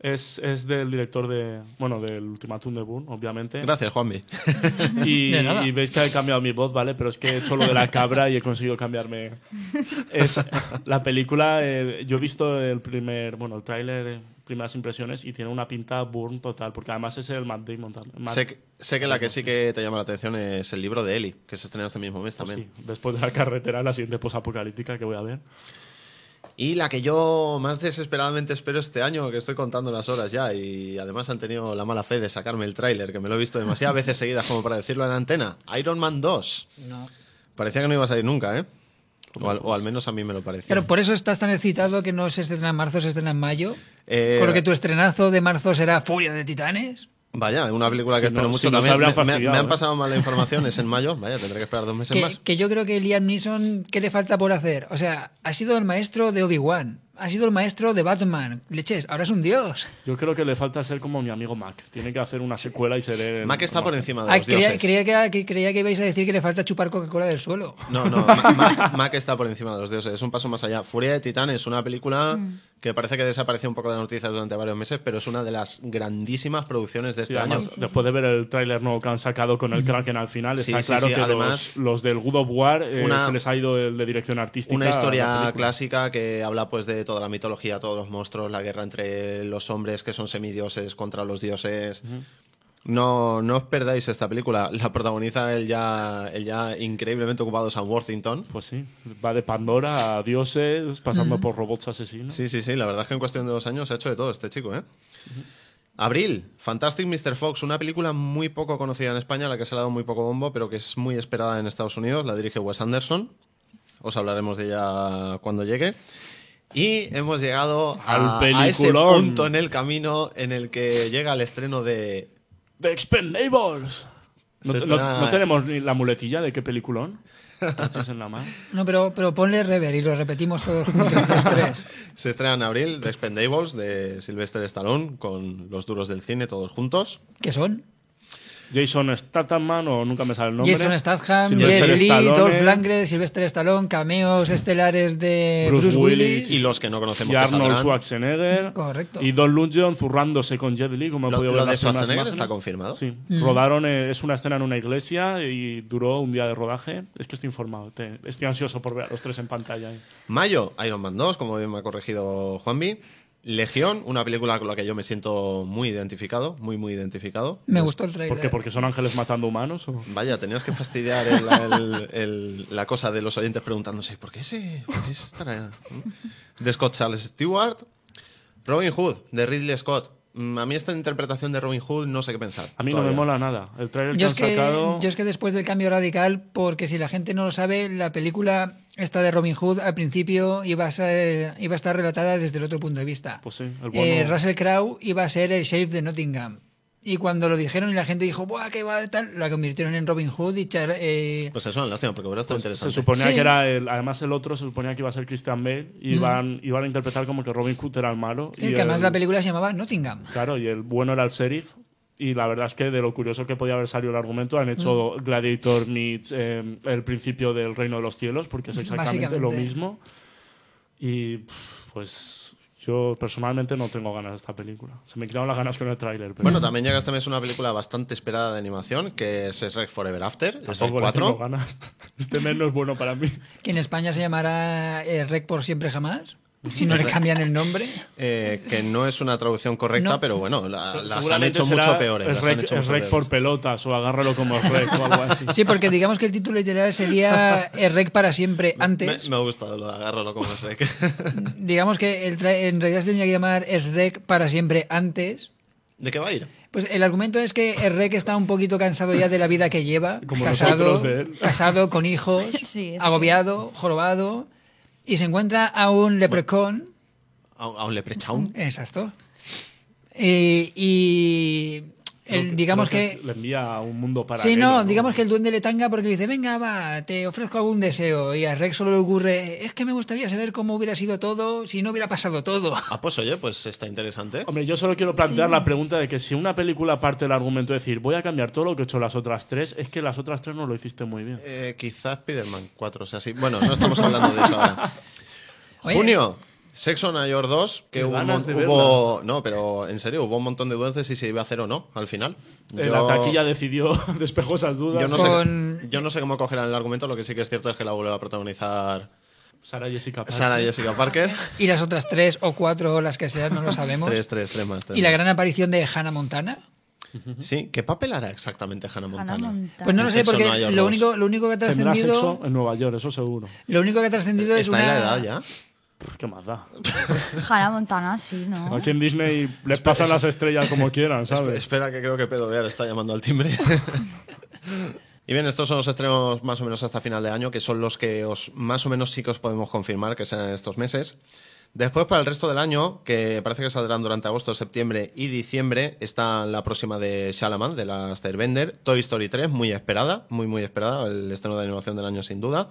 S3: es, es del director de. Bueno, del Ultimatum de Boone, obviamente.
S2: Gracias, Juanmi.
S3: Y,
S5: De nada.
S3: y veis que he cambiado mi voz, ¿vale? Pero es que he hecho lo de la cabra y he conseguido cambiarme. Es, la película, eh, yo he visto el primer, bueno, el tráiler, eh, primeras impresiones y tiene una pinta burn total, porque además es el Matt Damon también. Matt-
S2: sé, que- sé que la que sí que te llama la atención es el libro de Eli, que se estrena este mismo mes
S3: pues
S2: también.
S3: sí, después de la carretera, la siguiente posapocalíptica que voy a ver.
S2: Y la que yo más desesperadamente espero este año, que estoy contando las horas ya, y además han tenido la mala fe de sacarme el tráiler, que me lo he visto demasiadas veces seguidas como para decirlo en antena, Iron Man 2.
S5: No.
S2: Parecía que no iba a salir nunca, ¿eh? O al, o
S3: pues
S2: al menos a mí me lo parecía.
S5: Claro, por eso estás tan excitado que no se estrena en marzo, se estrena en mayo.
S2: Eh,
S5: Con lo que tu estrenazo de marzo será Furia de Titanes.
S2: Vaya, una película que
S3: Si
S2: espero
S3: no-
S2: mucho
S3: si nos
S2: también.
S3: habrán
S2: Me- me- me,
S3: fastidiado,
S2: han
S3: ¿eh?
S2: pasado mala información, es en mayo. Vaya, tendré que esperar dos meses
S5: Que,
S2: más.
S5: que yo creo que Liam Neeson, ¿qué le falta por hacer? O sea, ha sido el maestro de Obi-Wan, ha sido el maestro de Batman. Leches, ahora es un dios.
S3: Yo creo que le falta ser como mi amigo Mac. Tiene que hacer una secuela y ser el-
S2: Mac está por encima de
S5: Ah,
S2: los
S5: creía,
S2: dioses.
S5: creía que, que- creía que ibais a decir que le falta chupar Coca-Cola del suelo.
S2: No, no, Ma- Ma- Mac, está por encima de los dioses. Es un paso más allá. Furia de Titanes, una película que parece que desapareció un poco de las noticias durante varios meses, pero es una de las grandísimas producciones de este
S3: Sí, además,
S2: año.
S3: después de ver el tráiler nuevo que han sacado con el Kraken al final,
S2: Sí,
S3: está
S2: sí,
S3: claro
S2: sí,
S3: que
S2: además-
S3: los, los del Good of War eh,
S2: Una-
S3: se les ha ido el de dirección artística.
S2: Una
S3: a la
S2: historia
S3: película.
S2: clásica que habla pues de toda la mitología, todos los monstruos, la guerra entre los hombres que son semidioses contra los dioses. No, no os perdáis esta película. La protagoniza el ya, el ya increíblemente ocupado Sam Worthington.
S3: Pues sí, va de Pandora a dioses, pasando por robots asesinos.
S2: Sí, sí, sí. La verdad es que en cuestión de dos años ha hecho de todo este chico, ¿eh? Abril, Fantastic Mr. Fox, una película muy poco conocida en España, a la que se le ha dado muy poco bombo, pero que es muy esperada en Estados Unidos. La dirige Wes Anderson. Os hablaremos de ella cuando llegue. Y hemos llegado a,
S3: Al
S2: a ese
S3: peliculón.
S2: punto en el camino en el que llega el estreno de
S3: ¡The Expendables! No,
S2: Se
S3: te- no-
S2: estrena-
S3: no tenemos ni la muletilla de qué peliculón. Te eches en la mano.
S5: No, pero, pero ponle rever y lo repetimos todos juntos los tres.
S2: Se estrena en abril The Expendables de Sylvester Stallone con los duros del cine todos juntos.
S5: ¿Qué son?
S3: Jason Statham, o nunca me sale el nombre.
S5: Jason Statham,
S3: Sylvester
S5: Jet Li,
S3: Stallone,
S5: Dolph Lundgren, Sylvester Stallone, cameos estelares de Bruce, Willis.
S2: y los que no conocemos
S3: Y
S2: que
S3: Arnold
S2: saldrán.
S3: Schwarzenegger.
S5: Correcto.
S3: Y Don Lungeon zurrándose con Jet Li, como he
S2: Lo-
S3: podido
S2: lo
S3: ver
S2: de
S3: las primeras
S2: Schwarzenegger está
S3: imágenes.
S2: confirmado.
S3: Sí.
S5: Mm.
S3: Rodaron, eh, es una escena en una iglesia y duró un día de rodaje. Es que estoy informado, te- estoy ansioso por ver a los tres en pantalla. eh.
S2: Mayo, Iron Man 2, como bien me ha corregido Juanvi. Legión, una película con la que yo me siento muy identificado, muy, muy identificado. Pues,
S5: Me gustó el trailer.
S3: Pues, ¿Por qué? ¿Porque son ángeles matando humanos? o?
S2: Vaya, tenías que fastidiar el- el- el- la cosa de los oyentes preguntándose, ¿por qué se, por qué se estará? De Scott Charles Stewart. Robin Hood, de Ridley Scott. Mm, A mí esta interpretación de Robin Hood no sé qué pensar.
S3: A mí no
S2: todavía.
S3: me mola nada. El trailer que
S5: Yo
S3: han
S5: es que,
S3: sacado.
S5: yo es que después del cambio radical, porque si la gente no lo sabe, la película esta de Robin Hood al principio iba a, ser- iba a estar relatada desde el otro punto de vista.
S3: Pues sí, el
S5: Eh,
S3: bueno-
S5: Russell Crowe iba a ser el sheriff de Nottingham. Y cuando lo dijeron y la gente dijo, ¡buah, qué va! tal, la convirtieron en Robin Hood y Char- eh,
S2: Pues es una lástima, porque hubiera estado
S3: Se
S2: interesante.
S3: suponía
S5: Sí. Mm.
S3: que era el, además el otro se suponía que iba a ser Christian Bale y iban, iban a interpretar como que Robin Hood era el malo.
S5: que
S3: y
S5: además
S3: el-
S5: la película se llamaba Nottingham.
S3: Claro, y el bueno era el sheriff. Y la verdad es que de lo curioso que podía haber salido el argumento, han hecho
S5: Mm.
S3: Gladiator meets eh, el principio del Reino de los Cielos, porque es exactamente lo
S5: Básicamente.
S3: mismo. Y pff, pues yo personalmente no tengo ganas de esta película. Se me quitaron las ganas con el tráiler. pero
S2: Bueno, también llega este mes una película bastante esperada de animación, que es Shrek Forever After, es Shrek
S3: tampoco le tengo
S2: 4.
S3: ganas. Este mes no es bueno para mí.
S5: Que en España se llamará eh, Rec por siempre jamás. Si no le cambian el nombre.
S2: eh, que no es una traducción correcta,
S5: No.
S2: pero bueno, la-
S3: Se-
S2: Ah, las han
S3: seguramente
S2: hecho
S3: será
S2: mucho peores.
S3: Es
S2: las
S3: rec,
S2: han hecho
S3: es
S2: mucho
S3: rec por
S2: peores.
S3: pelotas o agárralo como rec o algo así.
S5: Sí, porque digamos que el título literal sería eh, Rec para siempre antes.
S2: Me, me ha gustado lo de agárralo como es rec.
S5: Digamos que el tra- en realidad se tenía que llamar Es Rec para siempre antes.
S2: ¿De qué va a ir?
S5: Pues el argumento es que el Rec está un poquito cansado ya de la vida que lleva,
S3: Como
S5: casado,
S3: nosotros de él.
S5: casado con hijos,
S4: Sí, es que-
S5: agobiado, jorobado, y se encuentra a un leprechaun,
S2: ¿A, a un leprechaun?
S5: exacto, y, y
S3: Creo
S5: el-
S3: que-
S5: digamos
S3: creo
S5: que
S3: es- le envía a un mundo para.
S5: Sí, no, digamos que el duende le tanga porque le dice, venga, va, te ofrezco algún deseo. Y a Rex solo le ocurre, es que me gustaría saber cómo hubiera sido todo si no hubiera pasado todo.
S2: Ah, pues oye, pues está interesante.
S3: Hombre, yo solo quiero plantear la pregunta de que si una película parte del argumento de decir voy a cambiar todo lo que he hecho las otras tres, es que las otras tres no lo hiciste muy bien.
S2: Eh, quizás Spider-Man 4 o sea así. Bueno, no estamos hablando de eso ahora.
S5: Oye,
S2: Junio, Sexo en York 2, que
S3: Qué
S2: hubo, un mon-
S3: ganas de
S2: hubo- No, pero en serio, hubo un montón de dudas de si se iba a hacer o no al final.
S3: Eh, La taquilla decidió, despejó esas dudas.
S2: yo no, sé,
S5: Con-
S2: yo no sé cómo cogerán el argumento, lo que sí que es cierto es que la vuelve a protagonizar
S3: Sara Jessica Parker.
S2: Sara Jessica Parker.
S5: Y las otras tres o cuatro o las que sean, no lo sabemos.
S2: Tres, tres, tres más. tres
S5: y la
S2: más.
S5: gran aparición de Hannah Montana.
S2: Sí, ¿qué papel hará exactamente Hannah Montana?
S4: Hannah Montana.
S5: Pues no lo
S2: El
S5: sé,
S2: sexo
S5: porque
S2: en Nueva York
S5: lo
S2: 2.
S5: único, lo único que ha
S3: Tendrá sexo
S5: trascendido...
S3: en Nueva York, eso seguro.
S5: Lo único que ha trascendido es
S2: Está
S5: una...
S2: en la edad ya.
S3: Pff, ¿Qué más da?
S4: Hannah Montana, sí,
S5: Ah.
S4: ¿no?
S3: Aquí en Disney les pasan las estrellas como quieran,
S2: Espe-
S3: ¿sabes?
S2: Espera que creo que Pedo Bear está llamando al timbre. y bien, estos son los estrenos más o menos hasta final de año, que son los que os más o menos sí que os podemos confirmar que serán en estos meses. Después, para el resto del año, que parece que saldrán durante agosto, septiembre y diciembre, está la próxima de Shalaman, de la Stairbender. Toy Story 3, muy esperada, muy, muy esperada, el estreno de animación del año sin duda.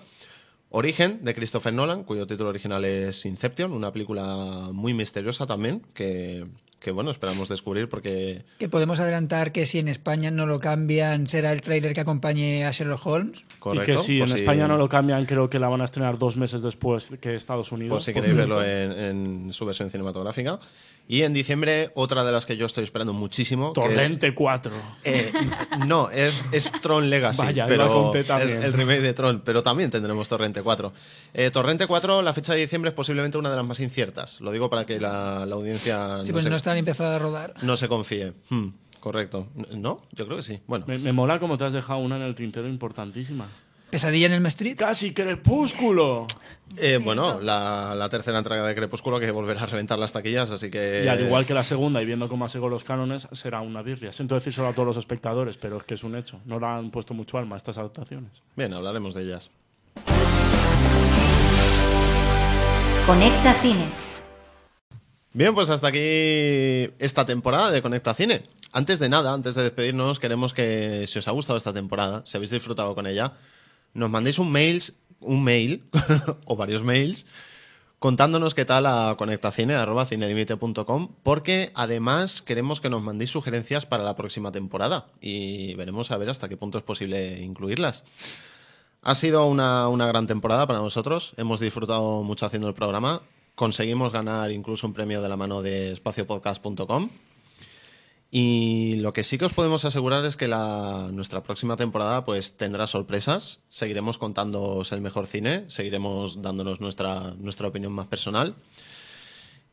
S2: Origen, de Christopher Nolan, cuyo título original es Inception, una película muy misteriosa también, que que bueno, esperamos descubrir porque
S5: Que podemos adelantar que si en España no lo cambian, será el tráiler que acompañe a Sherlock Holmes.
S2: correcto.
S3: y que si
S2: por
S3: en España no lo cambian, creo que la van a estrenar dos meses después que Estados Unidos.
S2: por si queréis
S3: cierto.
S2: verlo en, en su versión cinematográfica. Y en diciembre, otra de las que yo estoy esperando muchísimo. que es-
S3: Torrente 4.
S2: Eh, no, es, es Tron Legacy,
S3: Vaya, iba
S2: pero
S3: con T
S2: el,
S3: también.
S2: el remake de Tron, pero también tendremos Torrente 4. Eh, Torrente 4, la fecha de diciembre es posiblemente una de las más inciertas. Lo digo para que la, la audiencia
S5: Sí,
S2: no,
S5: pues
S2: se,
S5: no están empezado a rodar.
S2: no se confíe. Hmm, correcto. ¿No? Yo creo que sí. Bueno,
S3: Me, me mola como te has dejado una en el tintero importantísima.
S5: Pesadilla en el Street.
S3: ¡Casi crepúsculo!
S2: eh, bueno la, la tercera entrega de Crepúsculo que volverá a reventar las taquillas, así que...
S3: Y al igual que la segunda, y viendo cómo ha sido los cánones, será una birria. Siento decírselo a todos los espectadores, pero es que es un hecho. No le han puesto mucho alma a estas adaptaciones.
S2: Bien, hablaremos de ellas.
S1: Conecta Cine.
S2: Bien, pues hasta aquí esta temporada de Conecta Cine. Antes de nada, antes de despedirnos, queremos que si os ha gustado esta temporada, si habéis disfrutado con ella, nos mandéis un mail, un mail o varios mails contándonos qué tal a conectacine.com porque además queremos que nos mandéis sugerencias para la próxima temporada y veremos a ver hasta qué punto es posible incluirlas. Ha sido una, una gran temporada para nosotros. Hemos disfrutado mucho haciendo el programa. Conseguimos ganar incluso un premio de la mano de espaciopodcast.com. Y lo que sí que os podemos asegurar es que la, nuestra próxima temporada pues, tendrá sorpresas. Seguiremos contándoos el mejor cine, seguiremos dándonos nuestra, nuestra opinión más personal.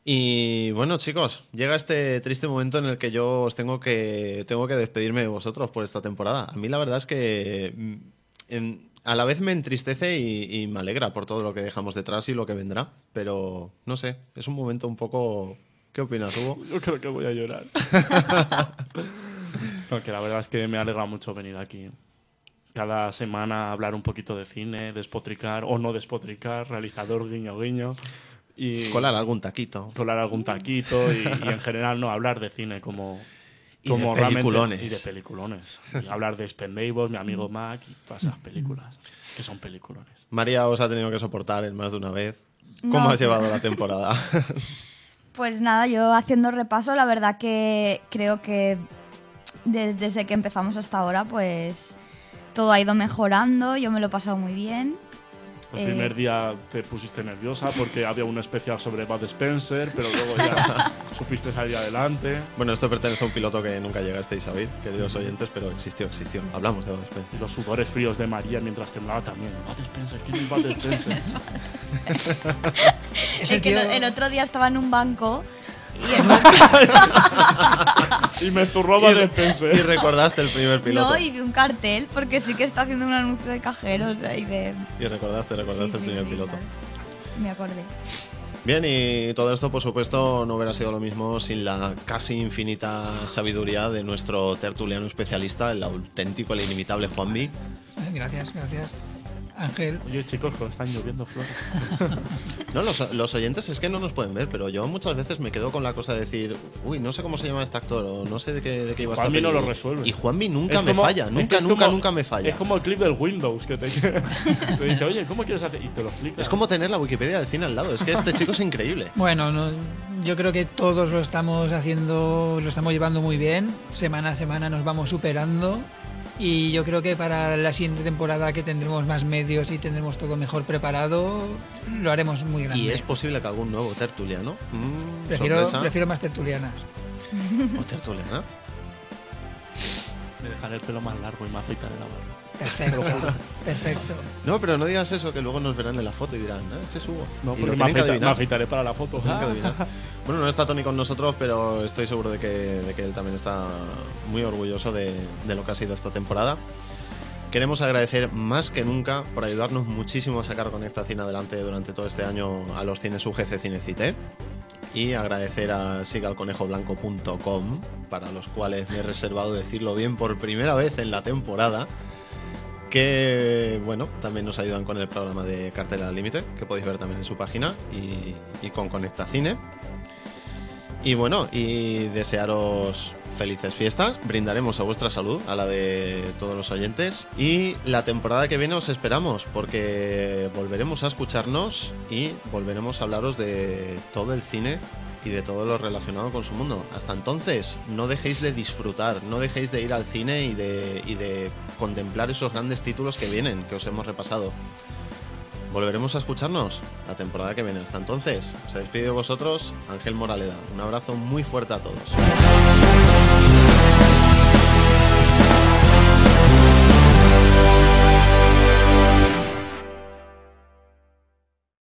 S2: Y bueno, chicos, llega este triste momento en el que yo os tengo que, tengo que despedirme de vosotros por esta temporada. A mí la verdad es que mm, en- a la vez me entristece y, y me alegra por todo lo que dejamos detrás y lo que vendrá. Pero no sé, es un momento un poco... ¿Qué opinas, Hugo?
S3: Yo creo que voy a llorar. Porque la verdad es que me alegra mucho venir aquí. Cada semana hablar un poquito de cine, despotricar o no despotricar, realizador guiño guiño. Y
S2: Colar algún taquito.
S3: colar algún taquito y, y en general no hablar de cine como,
S2: Y de
S3: como realmente-
S2: peliculones.
S3: y de peliculones. Y hablar de Spendables, mi amigo Mac y todas esas películas que son peliculones.
S2: María os ha tenido que soportar en más de una vez.
S4: No.
S2: ¿Cómo has llevado la temporada?
S4: Pues nada, yo haciendo repaso, la verdad que creo que de- desde que empezamos hasta ahora, pues todo ha ido mejorando, yo me lo he pasado muy bien.
S3: El
S4: Eh.
S3: primer día te pusiste nerviosa porque había un especial sobre Bud Spencer, pero luego ya supiste salir adelante.
S2: bueno, esto pertenece a un piloto que nunca llegasteis a oír, queridos oyentes, pero existió, existió. Hablamos de Bud Spencer.
S3: Y los sudores fríos de María mientras temblaba también. Bud Spencer, ¿quién es Bud Spencer?
S5: Ese
S4: El, que eh,
S5: tío-
S4: lo- el otro día estaba en un banco
S2: Ah,
S4: y el banco
S3: y me zurró Bud
S2: Y
S3: Spencer.
S2: recordaste el primer piloto.
S4: no, y vi un cartel porque sí que está haciendo un anuncio de cajeros ahí de...
S2: Y recordaste, recordaste
S4: Sí,
S2: el
S4: sí,
S2: primer
S4: sí,
S2: piloto.
S4: claro. Me acordé.
S2: Bien, y todo esto, por supuesto, no hubiera sido lo mismo sin la casi infinita sabiduría de nuestro tertuliano especialista, el auténtico, el inimitable Juanvi.
S5: Gracias, gracias. Ángel.
S3: Oye, chicos, que están lloviendo flores.
S2: No, los, los oyentes es que no nos pueden ver, pero yo muchas veces me quedo con la cosa de decir, uy, no sé cómo se llama este actor o no sé de qué, de qué iba a estar.
S3: Juanmi no lo resuelve.
S2: Y Juanmi nunca
S3: Es
S2: me
S3: como-
S2: falla,
S3: es
S2: nunca,
S3: que es
S2: nunca,
S3: como-
S2: nunca me falla.
S3: Es como el clip del Windows que te, te dice, oye, ¿cómo quieres hacer? Y te lo explica.
S2: Es como tener la Wikipedia del cine al lado, es que este chico es increíble.
S5: Bueno, no- yo creo que todos lo estamos haciendo, lo estamos llevando muy bien. Semana a semana nos vamos superando. Y yo creo que para la siguiente temporada que tendremos más medios y tendremos todo mejor preparado, lo haremos muy grande.
S2: Y es posible que algún nuevo tertuliano. mm,
S5: prefiero,
S2: sorpresa.
S5: prefiero más tertulianas.
S2: O tertuliana.
S3: Me dejaré el pelo más largo y más afeitaré la barba.
S5: Perfecto, perfecto.
S2: No, pero no digas eso, que luego nos verán en la foto y dirán, ah, ese es Hugo.
S3: No,
S2: Y
S3: porque
S2: lo
S3: me,
S2: tienen que
S3: afeita- me
S2: adivinar.
S3: afeitaré para la foto. Ah,
S2: Tienen que adivinar. Bueno, no está Tony con nosotros, pero estoy seguro de que, de que él también está muy orgulloso de, de lo que ha sido esta temporada. Queremos agradecer más que nunca por ayudarnos muchísimo a sacar Conecta Cine adelante durante todo este año a los cines UGC Cinecite. Y agradecer a sigalconejoblanco.com, para los cuales me he reservado decirlo bien por primera vez en la temporada que bueno, también nos ayudan con el programa de Cartela al Límite, que podéis ver también en su página y, y con Conecta Cine. Y bueno, y desearos felices fiestas, brindaremos a vuestra salud, a la de todos los oyentes, y la temporada que viene os esperamos porque volveremos a escucharnos y volveremos a hablaros de todo el cine y de todo lo relacionado con su mundo. Hasta entonces, no dejéis de disfrutar, no dejéis de ir al cine y de, y de contemplar esos grandes títulos que vienen, que os hemos repasado. Volveremos a escucharnos la temporada que viene. Hasta entonces, se despide de vosotros Ángel Moraleda. Un abrazo muy fuerte a todos.